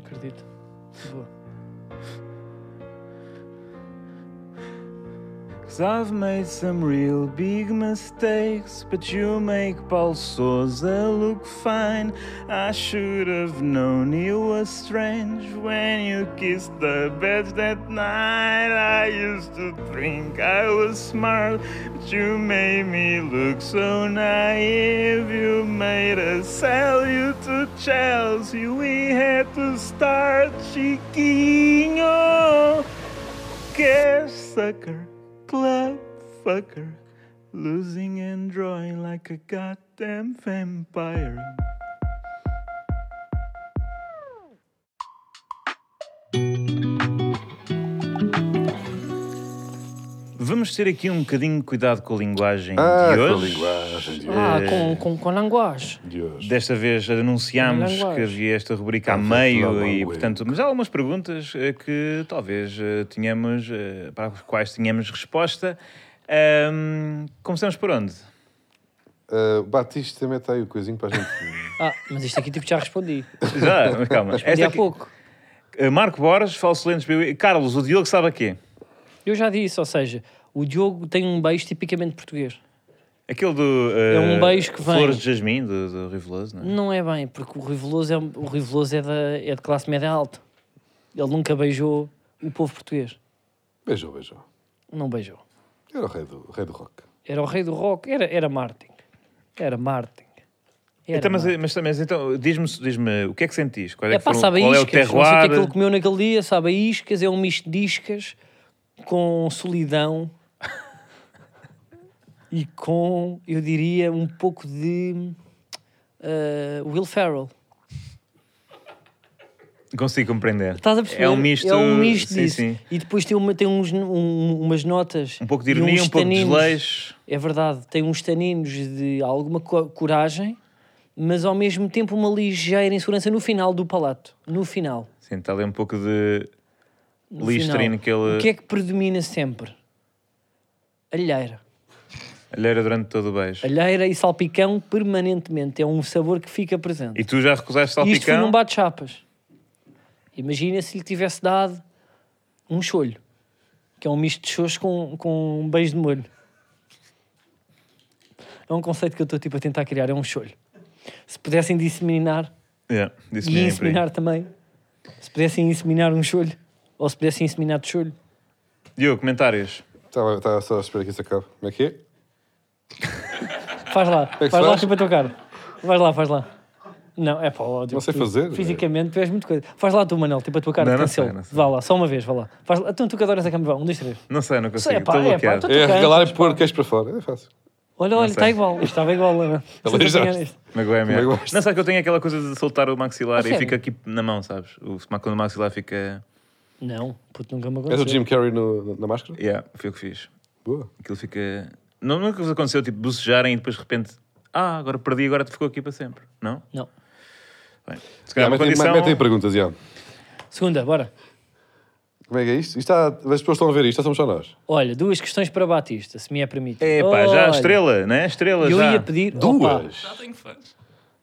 Speaker 1: Acredito. Boa.
Speaker 3: Só Cause I've made some real big mistakes, but you make Paul Souza look fine. I should have known you were strange when you kissed the bed that night. I used to think I was smart, but you made me look so naive. You made us sell you to Chelsea. We had to start Chiquinho. Cash sucker, club fucker, losing and drawing like a goddamn vampire. Vamos ter aqui um bocadinho de cuidado com a linguagem
Speaker 2: Ah,
Speaker 3: de
Speaker 2: com a
Speaker 3: hoje.
Speaker 2: linguagem de
Speaker 1: Ah,
Speaker 3: Eh.
Speaker 2: hoje.
Speaker 1: com, com, com language.
Speaker 2: De hoje.
Speaker 3: Desta vez anunciámos
Speaker 1: Linguagem.
Speaker 3: que havia esta rubrica a
Speaker 2: Perfect
Speaker 3: meio
Speaker 2: language.
Speaker 3: e, portanto, mas há algumas perguntas eh, que talvez eh, tínhamos, eh, para as quais tínhamos resposta. Ahm, começamos por onde?
Speaker 2: Ah, Batista, mete aí o coisinho para a gente.
Speaker 1: Ah, mas isto aqui tipo já respondi.
Speaker 3: Já, mas calma.
Speaker 1: Respondi
Speaker 3: Esta
Speaker 1: há
Speaker 3: aqui-
Speaker 1: pouco.
Speaker 3: eh, Marco Borges, Falso Lentes, BB. Carlos, o Diogo sabe a quê?
Speaker 1: Eu já disse, ou seja, o Diogo tem um beijo tipicamente português.
Speaker 3: Aquele do. eh,
Speaker 1: É um beijo que vem.
Speaker 3: Flores de Jasmim, do, do Rui Veloso, não é?
Speaker 1: Não é bem, porque o Rui Veloso é, o Rui Veloso é, da, é de classe média alta. Ele nunca beijou o povo português.
Speaker 2: Beijou, beijou.
Speaker 1: Não beijou.
Speaker 2: Era o rei do, rei do rock.
Speaker 1: Era o rei do rock, era, era Martin. Era Martin. Era
Speaker 3: Então, mas,
Speaker 1: Martin.
Speaker 3: mas, mas então, diz-me diz o que é que sentiste? Qual é,
Speaker 1: É
Speaker 3: que
Speaker 1: pá,
Speaker 3: foram-
Speaker 1: sabe a
Speaker 3: qual é o
Speaker 1: iscas. Não sei o que é que
Speaker 3: terroir?
Speaker 1: ele comeu naquele dia, sabe a iscas, é um misto de iscas com solidão e com, eu diria, um pouco de eh, Will Ferrell.
Speaker 3: Consigo compreender.
Speaker 1: Estás a perceber?
Speaker 3: É um misto.
Speaker 1: É um misto
Speaker 3: sim,
Speaker 1: disso.
Speaker 3: sim.
Speaker 1: E depois tem, uma, tem uns, um- umas notas.
Speaker 3: Um pouco de
Speaker 1: e
Speaker 3: ironia,
Speaker 1: uns
Speaker 3: um pouco de
Speaker 1: taninos.
Speaker 3: desleixo.
Speaker 1: É verdade, tem uns taninos de alguma co- coragem, mas ao mesmo tempo uma ligeira insegurança no final do palato. No final.
Speaker 3: Sim, está ali um pouco de
Speaker 1: no
Speaker 3: listrino
Speaker 1: final.
Speaker 3: que ele
Speaker 1: O que é que predomina sempre? Alheira.
Speaker 3: alheira durante todo o beijo.
Speaker 1: Alheira e salpicão permanentemente. É um sabor que fica presente.
Speaker 3: E tu já recusaste salpicão?
Speaker 1: Isto foi num bate-chapas. Imagina se lhe tivesse dado um cholho, que é um misto de cholos com, com um beijo de molho. É um conceito que eu estou tipo, a tentar criar, é um cholho. Se pudessem disseminar
Speaker 3: Yeah, disse
Speaker 1: e
Speaker 3: mesmo é por aí.
Speaker 1: inseminar também, se pudessem inseminar um cholho, ou se pudessem inseminar de cholho,
Speaker 3: Diogo, comentários.
Speaker 2: Estava estava só a esperar que isso acabe. Como é que é?
Speaker 1: faz lá,
Speaker 2: que
Speaker 1: faz lá,
Speaker 2: faz?
Speaker 1: chupa a tua cara. Vai lá, faz lá. Não, é pá, ódio.
Speaker 2: Não sei
Speaker 1: Tu,
Speaker 2: fazer,
Speaker 1: Fisicamente, tu és muito coisa. Faz lá tu, Manel, tipo a tua cara
Speaker 3: Não,
Speaker 1: de
Speaker 3: não sei,
Speaker 1: cancelo.
Speaker 3: não sei.
Speaker 1: Vá lá, só uma vez, vá lá. Faz lá. Então, tu que adoras a câmera, vá. Um, dois, três.
Speaker 3: Não sei, não
Speaker 1: Sei,
Speaker 3: consigo.
Speaker 1: pá,
Speaker 3: Estou
Speaker 1: é, pá,
Speaker 3: bloqueado.
Speaker 1: tô-
Speaker 2: É
Speaker 1: cantas,
Speaker 2: regalar e
Speaker 1: pá.
Speaker 2: pôr queijo para fora. É fácil.
Speaker 1: Olha, olha,
Speaker 3: sei.
Speaker 1: está igual. Isto estava igual. é Não,
Speaker 2: Aleijaste.
Speaker 3: Magoei mesmo.
Speaker 2: Também gosto.
Speaker 3: Não sei que eu tenho aquela coisa de soltar o maxilar
Speaker 1: A
Speaker 3: e
Speaker 1: sério?
Speaker 3: fica aqui na mão, sabes? O, quando o maxilar fica.
Speaker 1: não puto, nunca me
Speaker 2: És
Speaker 1: aconteceu.
Speaker 2: o É Jim Carrey no- na máscara?
Speaker 3: Yeah, foi o que fiz.
Speaker 2: Boa.
Speaker 3: Aquilo fica. Não, nunca vos aconteceu, tipo, bocejarem e depois de repente. Ah, agora perdi, agora ficou aqui para sempre. Não?
Speaker 1: Não.
Speaker 3: Bem, se calhar
Speaker 2: Yeah,
Speaker 3: uma
Speaker 2: Metem
Speaker 3: condição.
Speaker 2: metem perguntas, já.
Speaker 1: Segunda, bora.
Speaker 2: Como é que é isto? isto está, as pessoas estão a ver isto, ou somos só nós.
Speaker 1: Olha, duas questões para Batista, se me é permitido.
Speaker 3: É pá, já a
Speaker 1: Olha,
Speaker 3: estrela, né? A estrela
Speaker 1: Eu
Speaker 3: já.
Speaker 1: ia pedir. Opa,
Speaker 2: Duas.
Speaker 4: Já tenho fãs.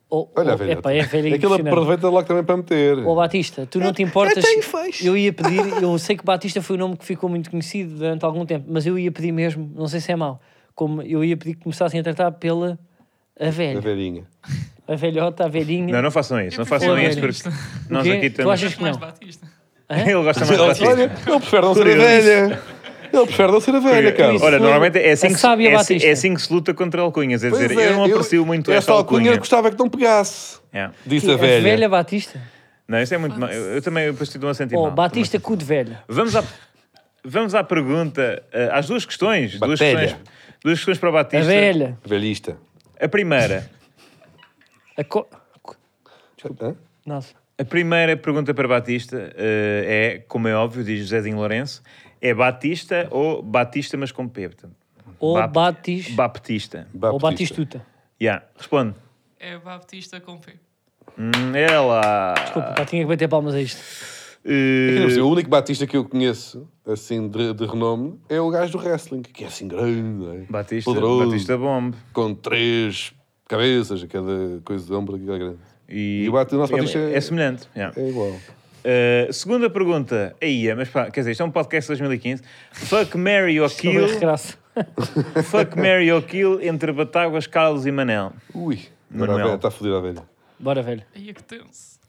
Speaker 1: oh,
Speaker 2: Olha a
Speaker 1: oh,
Speaker 2: velha.
Speaker 1: epá, é velha
Speaker 2: Aquilo
Speaker 1: impressionante.
Speaker 2: aproveita logo também para meter.
Speaker 1: Ó Batista, tu não te importas. Eu ia pedir, eu sei que Batista foi o nome que ficou muito conhecido durante algum tempo, mas eu ia pedir mesmo, não sei se é mau, como eu ia pedir que começassem a tratar pela a
Speaker 2: A
Speaker 1: velha,
Speaker 2: velhinha.
Speaker 1: a velhota, a velhinha.
Speaker 3: Não, não façam isso,
Speaker 4: Eu
Speaker 3: não façam
Speaker 1: prefiro
Speaker 3: isso porque
Speaker 4: Batista.
Speaker 3: nós
Speaker 1: quê?
Speaker 3: aqui
Speaker 1: Tu
Speaker 3: temos.
Speaker 1: achas- Acho que
Speaker 4: mais
Speaker 1: não.
Speaker 4: Batista.
Speaker 3: Ele gosta
Speaker 2: é
Speaker 3: mais de batista.
Speaker 2: Olha, ele prefere não ser a velha. Ele prefere não ser a velha, cara.
Speaker 1: Isso.
Speaker 3: Olha, normalmente é assim,
Speaker 1: A
Speaker 3: que, se-
Speaker 1: sábia
Speaker 3: é, assim-
Speaker 1: Batista.
Speaker 3: é assim que se luta contra alcunhas. É
Speaker 2: Pois
Speaker 3: dizer,
Speaker 2: é,
Speaker 3: eu não aprecio muito esta alcunha.
Speaker 2: gostava que não pegasse.
Speaker 3: É.
Speaker 2: Disse
Speaker 1: Que-
Speaker 2: a velha.
Speaker 1: A velha Batista.
Speaker 3: Não, isso é muito mal. Eu, eu também depois te dou um sentimento.
Speaker 1: Ou Batista cu de velha.
Speaker 3: Vamos à, vamos à pergunta, eh, às duas questões. Duas
Speaker 2: Batalha.
Speaker 3: questões, duas questões para o
Speaker 1: A
Speaker 3: Batista.
Speaker 1: velha.
Speaker 2: Velhista.
Speaker 3: A primeira.
Speaker 1: A co...
Speaker 2: Hã?
Speaker 1: Nossa.
Speaker 3: A primeira pergunta para Batista eh, é, como é óbvio, diz Josézinho Lourenço, é Batista ou Batista, mas com P, portanto.
Speaker 1: Ou
Speaker 3: Bap-
Speaker 1: Batis.
Speaker 3: Baptista.
Speaker 1: Ou Batistuta.
Speaker 3: Yeah. Responde.
Speaker 4: É Baptista com P.
Speaker 3: Hum, ela.
Speaker 1: Desculpa, pá, tinha que bater palmas a isto.
Speaker 2: Eu não sei,
Speaker 3: Eh,
Speaker 2: O único Batista que eu conheço, assim, de, de renome, é o gajo do wrestling, que é assim grande, não é?
Speaker 3: Batista,
Speaker 2: poderoso,
Speaker 3: Batista Bomb.
Speaker 2: com três cabeças, cada coisa de ombro que é grande.
Speaker 3: E,
Speaker 2: E o Bat- o nosso
Speaker 3: é-
Speaker 2: Batista
Speaker 3: é,
Speaker 2: é-
Speaker 3: semelhante. yeah.
Speaker 2: É igual.
Speaker 3: Uh, segunda pergunta. Aí, mas pá, quer dizer, isto é um podcast de 2015. Fuck, Mary ou
Speaker 1: Não
Speaker 3: Kill?
Speaker 1: é regraço.
Speaker 3: Fuck, Mary ou Kill entre Batáguas, Carlos e Manel.
Speaker 2: Ui, agora a
Speaker 3: Manuel.
Speaker 2: velha está fodida a velha.
Speaker 1: Bora, velho.
Speaker 4: Aí é que tenso.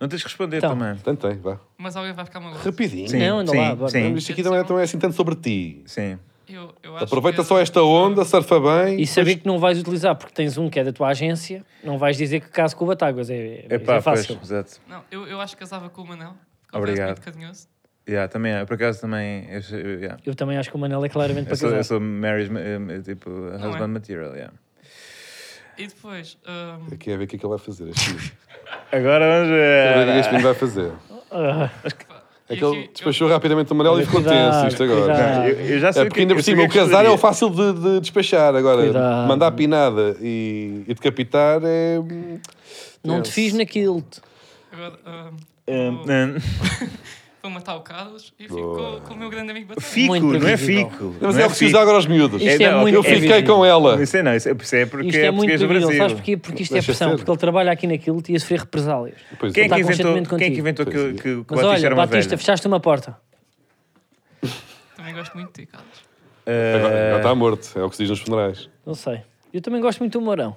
Speaker 3: Não tens que responder
Speaker 1: Então.
Speaker 3: também.
Speaker 2: Portanto, tem, vá.
Speaker 4: Mas alguém vai ficar maluco.
Speaker 2: Rapidinho.
Speaker 3: Sim,
Speaker 1: Não, anda
Speaker 3: sim,
Speaker 1: lá, bora.
Speaker 3: sim,
Speaker 2: Isto aqui não é, não é assim tanto sobre ti.
Speaker 3: sim.
Speaker 4: Eu, eu acho
Speaker 2: Aproveita
Speaker 4: que- é
Speaker 2: só esta onda, surfa bem.
Speaker 1: E saber que não vais utilizar, porque tens um que é da tua agência, não vais dizer que caso com o Batáguas. É, é,
Speaker 3: É
Speaker 1: é
Speaker 3: pá, pois,
Speaker 1: fácil.
Speaker 3: exato.
Speaker 4: Não, eu, eu acho que casava com o Manel. porque ele
Speaker 3: Obrigado.
Speaker 4: parece muito carinhoso.
Speaker 3: Yeah, também, é. por acaso também. Eu, eu- yeah.
Speaker 1: Eu também acho que o Manel é claramente
Speaker 3: Eu
Speaker 1: para
Speaker 3: sou, eu
Speaker 1: casar.
Speaker 3: sou Mary's eh, tipo, husband
Speaker 4: é?
Speaker 3: material. Yeah.
Speaker 4: E depois, hum,
Speaker 2: Aqui é ver o que é que ele vai fazer. Este menino.
Speaker 3: Agora vamos
Speaker 2: Saber o que é que este
Speaker 3: ver.
Speaker 2: menino vai fazer.
Speaker 4: e
Speaker 2: É que ele
Speaker 4: aqui-
Speaker 2: despachou rapidamente o Manel e ficou
Speaker 1: Cuidado,
Speaker 2: tenso isto agora.
Speaker 1: cuidado.
Speaker 3: Eu, eu já
Speaker 2: É
Speaker 3: sei o que
Speaker 2: porque ainda
Speaker 3: eu
Speaker 2: por
Speaker 3: sei
Speaker 2: cima
Speaker 3: que
Speaker 2: o casar
Speaker 3: gostaria.
Speaker 2: é o fácil de, de despachar. Agora,
Speaker 1: Cuidado.
Speaker 2: mandar pinada e, e decapitar é.
Speaker 1: Não te fiz naquilo.
Speaker 4: eu- agora, hum,
Speaker 3: Hum,
Speaker 4: vou,
Speaker 3: hum.
Speaker 4: vou matar o Carlos e fico
Speaker 2: Boa.
Speaker 4: com, com o meu grande amigo Batalha.
Speaker 3: Fico,
Speaker 1: Muito
Speaker 3: não é
Speaker 1: previsível.
Speaker 3: fico.
Speaker 2: Não, Mas
Speaker 3: não
Speaker 2: é o que se usa agora aos miúdos.
Speaker 1: Isto
Speaker 3: É,
Speaker 1: é
Speaker 3: não,
Speaker 1: muito
Speaker 2: Eu fiquei
Speaker 1: previsível.
Speaker 2: com ela.
Speaker 3: Isso é não, isso é, isso é porque
Speaker 1: Isto é muito
Speaker 3: português do
Speaker 1: previsível.
Speaker 3: Brasil.
Speaker 1: Sabes porquê? Porque isto é
Speaker 2: Deixa
Speaker 1: pressão.
Speaker 2: ser.
Speaker 1: Porque ele trabalha aqui naquilo e ia sofrer represálias.
Speaker 2: Pois
Speaker 3: Quem é
Speaker 1: Está
Speaker 3: que inventou,
Speaker 1: tá constantemente
Speaker 3: quem é que
Speaker 1: contigo.
Speaker 3: inventou que,
Speaker 2: Pois é.
Speaker 3: que o
Speaker 1: Mas
Speaker 3: Batista
Speaker 1: olha,
Speaker 3: era uma
Speaker 1: Batista,
Speaker 3: velha?
Speaker 1: fechaste uma porta.
Speaker 4: Também gosto muito de ti, Carlos.
Speaker 3: Eh,
Speaker 2: Agora agora está morto. É o que se diz nos funerais.
Speaker 1: Não sei. Eu também gosto muito do Mourão.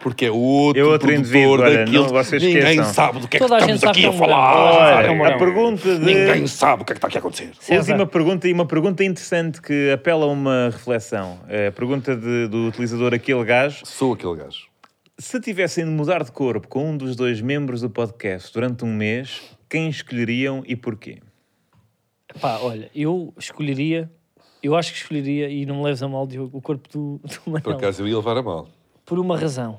Speaker 2: Porque é outro,
Speaker 3: É outro
Speaker 2: produtor
Speaker 3: indivíduo, olha,
Speaker 2: daquilo.
Speaker 3: não, vocês
Speaker 2: Ninguém
Speaker 3: esqueçam.
Speaker 2: sabe do que é que
Speaker 1: Toda a gente
Speaker 2: estamos
Speaker 1: sabe
Speaker 2: aqui a
Speaker 1: que é um
Speaker 2: falar.
Speaker 1: grande-
Speaker 3: Olha, a pergunta de...
Speaker 2: Ninguém sabe o que é que está aqui a acontecer.
Speaker 1: César.
Speaker 3: Última pergunta e uma pergunta interessante que apela a uma reflexão. Eh, A pergunta de- do utilizador Aquele Gajo.
Speaker 2: Sou aquele gajo.
Speaker 3: Se tivessem de mudar de corpo com um dos dois membros do podcast durante um mês, quem escolheriam e porquê?
Speaker 1: Pá, olha, eu escolheria, eu acho que escolheria, e não me leves a mal, Diogo, o corpo do, do
Speaker 2: Por
Speaker 1: Manuel. Por,
Speaker 2: acaso eu ia levar a mal.
Speaker 1: uma razão.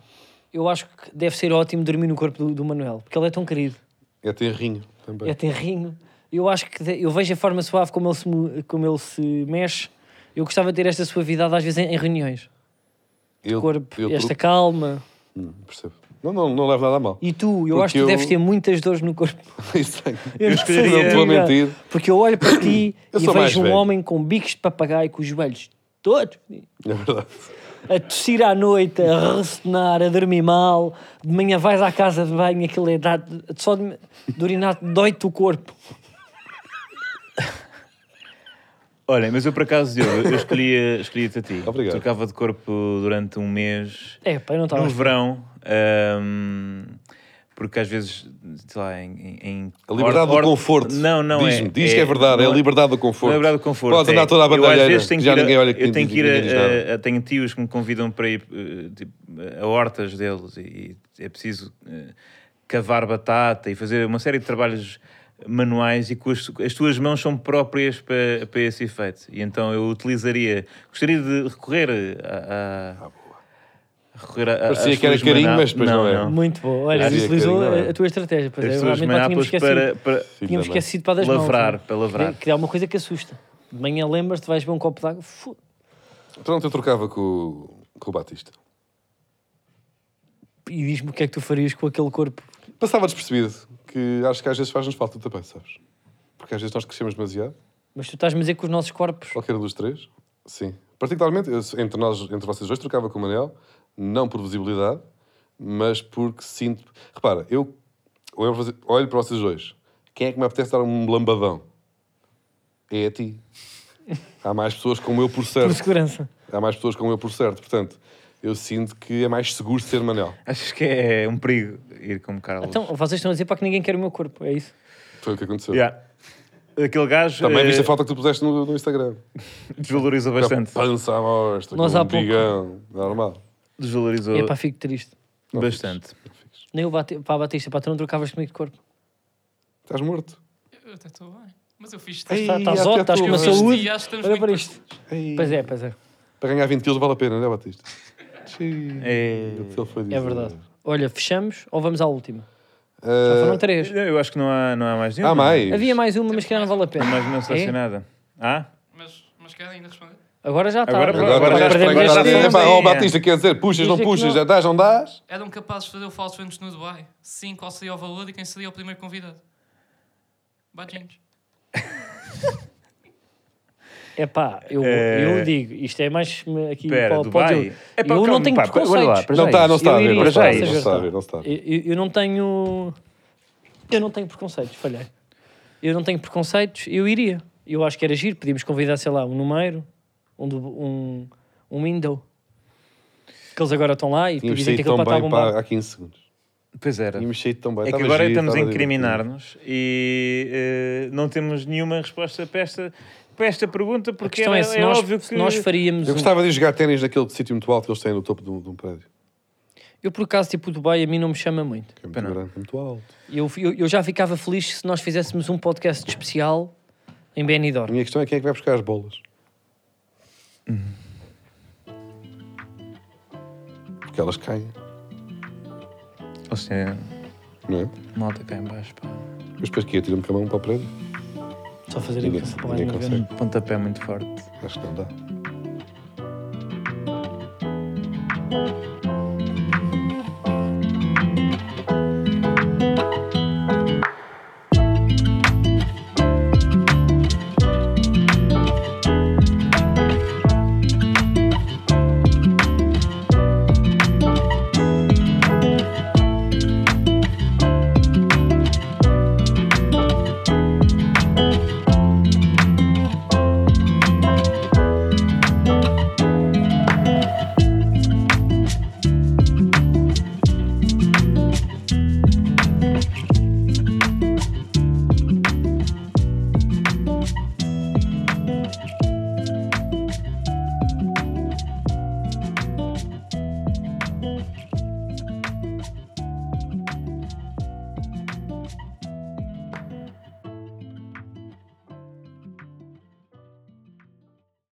Speaker 1: Eu acho que deve ser ótimo dormir no corpo do, do Manuel, porque ele é tão querido,
Speaker 2: É terrinho também.
Speaker 1: é terrinho. Eu acho que de- eu vejo a forma suave como ele se, mu- como ele se mexe. Eu gostava de ter esta suavidade às vezes em, em reuniões.
Speaker 2: Eu-
Speaker 1: O corpo,
Speaker 2: eu
Speaker 1: esta
Speaker 2: tru-
Speaker 1: calma.
Speaker 2: Hum, percebo. Não, não, não levo nada a mal.
Speaker 1: E tu, eu
Speaker 2: Porque
Speaker 1: acho que
Speaker 2: eu-
Speaker 1: tu deves ter muitas dores no corpo.
Speaker 2: Isso é aí.
Speaker 1: não
Speaker 3: escolheria-
Speaker 1: sei se
Speaker 3: Não estou
Speaker 2: a mentir.
Speaker 1: Porque eu olho para ti
Speaker 2: Eu
Speaker 1: e
Speaker 2: sou mais
Speaker 1: vejo um
Speaker 2: velho.
Speaker 1: homem com bicos de papagaio, com os joelhos todos
Speaker 2: É verdade.
Speaker 1: a tossir à noite, a ressonar, a dormir mal. De manhã vais à casa de banho, aquilo é dado, só de, de urinar dói-te o corpo.
Speaker 3: Olha, mas eu por acaso, Diogo, eu escolhia, escolhia-te a ti.
Speaker 2: Obrigado.
Speaker 3: Trocava de corpo durante um mês.
Speaker 1: É, pá, eu não estava.
Speaker 3: no verão, ahm, porque às vezes, sei lá, em. em-
Speaker 2: A liberdade
Speaker 3: or- or-
Speaker 2: do conforto.
Speaker 3: Não, não
Speaker 2: diz
Speaker 3: é.
Speaker 2: Diz que é verdade, é a
Speaker 3: não
Speaker 2: liberdade do conforto.
Speaker 3: Liberdade do conforto.
Speaker 2: Podes andar
Speaker 3: é.
Speaker 2: toda a
Speaker 3: Eu, às
Speaker 2: bandalheira,
Speaker 3: vezes, tenho
Speaker 2: já
Speaker 3: que ir a-
Speaker 2: ninguém olha que
Speaker 3: Eu tenho que ir
Speaker 2: ninguém diz nada.
Speaker 3: a, a- Tenho tios que me convidam para ir eh, tipo, a hortas deles e, e é preciso eh, cavar batata e fazer uma série de trabalhos manuais e com as, as tuas mãos são próprias para, para esse efeito. E então eu utilizaria... Gostaria de recorrer a... a recorrer a- a-
Speaker 2: Ah, Parecia
Speaker 3: às
Speaker 2: que era
Speaker 3: tuas
Speaker 2: carinho,
Speaker 3: mana-
Speaker 2: mas depois não é.
Speaker 1: Muito bom. Olha,
Speaker 2: Fazia
Speaker 1: utilizou
Speaker 2: carinho, não é?
Speaker 1: a, a tua estratégia. Pois
Speaker 3: As
Speaker 1: é,
Speaker 3: tuas
Speaker 1: realmente nós tínhamos
Speaker 3: manapas
Speaker 1: esquecido.
Speaker 3: para, para
Speaker 2: Filho
Speaker 1: Tínhamos
Speaker 2: da mãe.
Speaker 1: esquecido para das
Speaker 3: lavrar,
Speaker 1: mãos.
Speaker 3: para lavrar.
Speaker 1: Que, que é uma coisa que assusta. De manhã lembras-te, vais ver um copo de água. fu-
Speaker 3: eh,
Speaker 2: Pronto, eu trocava com, o- com o Batista.
Speaker 1: E diz-me o que é que tu farias com aquele corpo.
Speaker 2: Passava despercebido, que acho que às vezes faz-nos falta também, sabes? Porque às vezes nós crescemos demasiado,
Speaker 1: Mas tu estás-me a dizer que os nossos corpos.
Speaker 2: qualquer um dos três. Sim. Particularmente, eu- entre, nós, entre vocês dois, trocava com o Manel, não por visibilidade, mas porque sinto... Repara, eu olho para vocês- olho para vocês dois. Quem é que me apetece dar um lambadão? É a ti. Há mais pessoas como eu por
Speaker 1: Por
Speaker 2: certo.
Speaker 1: segurança.
Speaker 2: Há mais pessoas como eu por certo. Portanto, eu sinto que é mais seguro ser Manel.
Speaker 3: Achas que é um perigo ir como Carlos?
Speaker 1: Então, vocês estão a dizer para que ninguém quer o meu corpo, é isso?
Speaker 2: Foi o que aconteceu.
Speaker 3: Yeah. Aquele gajo
Speaker 2: Também
Speaker 3: eh,
Speaker 2: viste a foto que tu puseste no, no Instagram.
Speaker 3: desvalorizou
Speaker 2: Com
Speaker 3: bastante.
Speaker 2: a Pança à mostra,
Speaker 1: Nós
Speaker 2: com
Speaker 1: há
Speaker 2: um
Speaker 1: pouco-
Speaker 2: bigão. Normal.
Speaker 3: Desvalorizou
Speaker 1: É pá, fico triste.
Speaker 3: bastante.
Speaker 1: Nem o Bati- para a Batista, para tu não trocavas comigo de corpo.
Speaker 2: Estás morto.
Speaker 4: Eu até estou bem. Mas eu fiz
Speaker 2: Ei,
Speaker 4: teste.
Speaker 1: Tá- Estás
Speaker 2: até
Speaker 1: ótimo, estás
Speaker 2: tu.
Speaker 1: com uma
Speaker 2: Eu
Speaker 4: fiz
Speaker 1: saúde.
Speaker 4: e acho que estamos
Speaker 1: Olha
Speaker 4: muito
Speaker 1: para isto.
Speaker 2: Ei,
Speaker 1: Pois é, pois é.
Speaker 2: Para ganhar 20 quilos vale a pena, não é, Batista? Xiii,
Speaker 3: É.
Speaker 2: o que ele foi
Speaker 1: É
Speaker 2: dizer.
Speaker 1: verdade. Olha, fechamos ou vamos à última?
Speaker 3: Eh,
Speaker 1: Já
Speaker 2: Ah,
Speaker 1: foram três.
Speaker 3: Eu acho que não há, não há mais nenhum.
Speaker 2: há mais.
Speaker 1: Havia mais uma, mas que não vale a pena.
Speaker 3: Mas não sei
Speaker 1: É?
Speaker 3: se nada. Ah?
Speaker 4: Mas, mas querem ainda responder?
Speaker 1: Agora já está.
Speaker 3: Agora-
Speaker 2: Agora,
Speaker 3: Agora já
Speaker 2: agora,
Speaker 3: perdemos
Speaker 2: agora,
Speaker 3: este
Speaker 2: epá,
Speaker 3: tempo.
Speaker 2: ó, Batista, quer dizer, puxas,
Speaker 1: Diz
Speaker 2: não
Speaker 1: que
Speaker 2: puxas,
Speaker 1: não.
Speaker 2: já dás, não dás?
Speaker 4: Eram capazes de fazer o falso antes no Dubai? Sim, qual seria o valor e quem seria o primeiro convidado? Badinhos.
Speaker 1: É pá, eu,
Speaker 3: É.
Speaker 1: eu digo, isto é mais me- aqui
Speaker 3: Pera,
Speaker 1: para,
Speaker 3: Dubai?
Speaker 1: para o Diogo.
Speaker 3: É pá,
Speaker 1: eu
Speaker 3: calma,
Speaker 1: não tenho
Speaker 3: pá,
Speaker 1: preconceitos.
Speaker 3: guarda lá, para
Speaker 2: tá,
Speaker 3: já
Speaker 2: Não está, não
Speaker 3: isso.
Speaker 2: está a
Speaker 1: Eu
Speaker 2: ver,
Speaker 1: iria
Speaker 2: não está a
Speaker 1: para
Speaker 2: ver, não
Speaker 1: já
Speaker 2: está a
Speaker 1: isso.
Speaker 2: ver, não está a ver.
Speaker 1: Eu, eu não tenho. Eu não tenho preconceitos, falhei. Eu não tenho preconceitos, eu iria. Eu acho que era giro, podíamos convidar, sei lá, um número, um, do- um, um window. Que eles agora estão lá e
Speaker 2: Tínhamos
Speaker 1: dizem que
Speaker 2: saído
Speaker 1: aquilo
Speaker 2: tão
Speaker 1: para estar
Speaker 2: bem
Speaker 1: bombar.
Speaker 2: pá, há 15 segundos.
Speaker 3: Pois era.
Speaker 2: Tínhamos saído tão bem.
Speaker 3: É que
Speaker 2: Estava
Speaker 3: agora
Speaker 2: giro,
Speaker 3: estamos a
Speaker 2: estava divertido.
Speaker 3: incriminar-nos e eh, não temos nenhuma resposta para esta, para esta pergunta,
Speaker 1: A
Speaker 3: porque
Speaker 1: questão
Speaker 3: era-
Speaker 1: é
Speaker 3: é,
Speaker 1: se nós,
Speaker 3: óbvio
Speaker 1: se
Speaker 3: que.
Speaker 1: nós faríamos.
Speaker 2: Eu
Speaker 1: um-
Speaker 2: gostava de ir jogar ténis naquele sítio muito alto que eles têm no topo de um, de um prédio.
Speaker 1: Eu, por acaso, tipo, o Dubai a mim não me chama muito.
Speaker 2: Que é muito
Speaker 3: Pena.
Speaker 2: grande, é muito alto.
Speaker 1: Eu, eu, eu já ficava feliz se nós fizéssemos um podcast especial em
Speaker 2: A
Speaker 1: Benidorm.
Speaker 2: minha questão é quem é que vai buscar as bolas. Porque elas caem,
Speaker 3: Ou seja,
Speaker 2: não é?
Speaker 3: malta cá em baixo, pá.
Speaker 2: Mas depois que ia tirar-me com a mão para o prédio?
Speaker 1: Só fazer
Speaker 2: Ninguém-
Speaker 1: isso para mais
Speaker 2: ninguém
Speaker 1: uma vez.
Speaker 3: Um pontapé muito forte.
Speaker 2: Acho que não dá.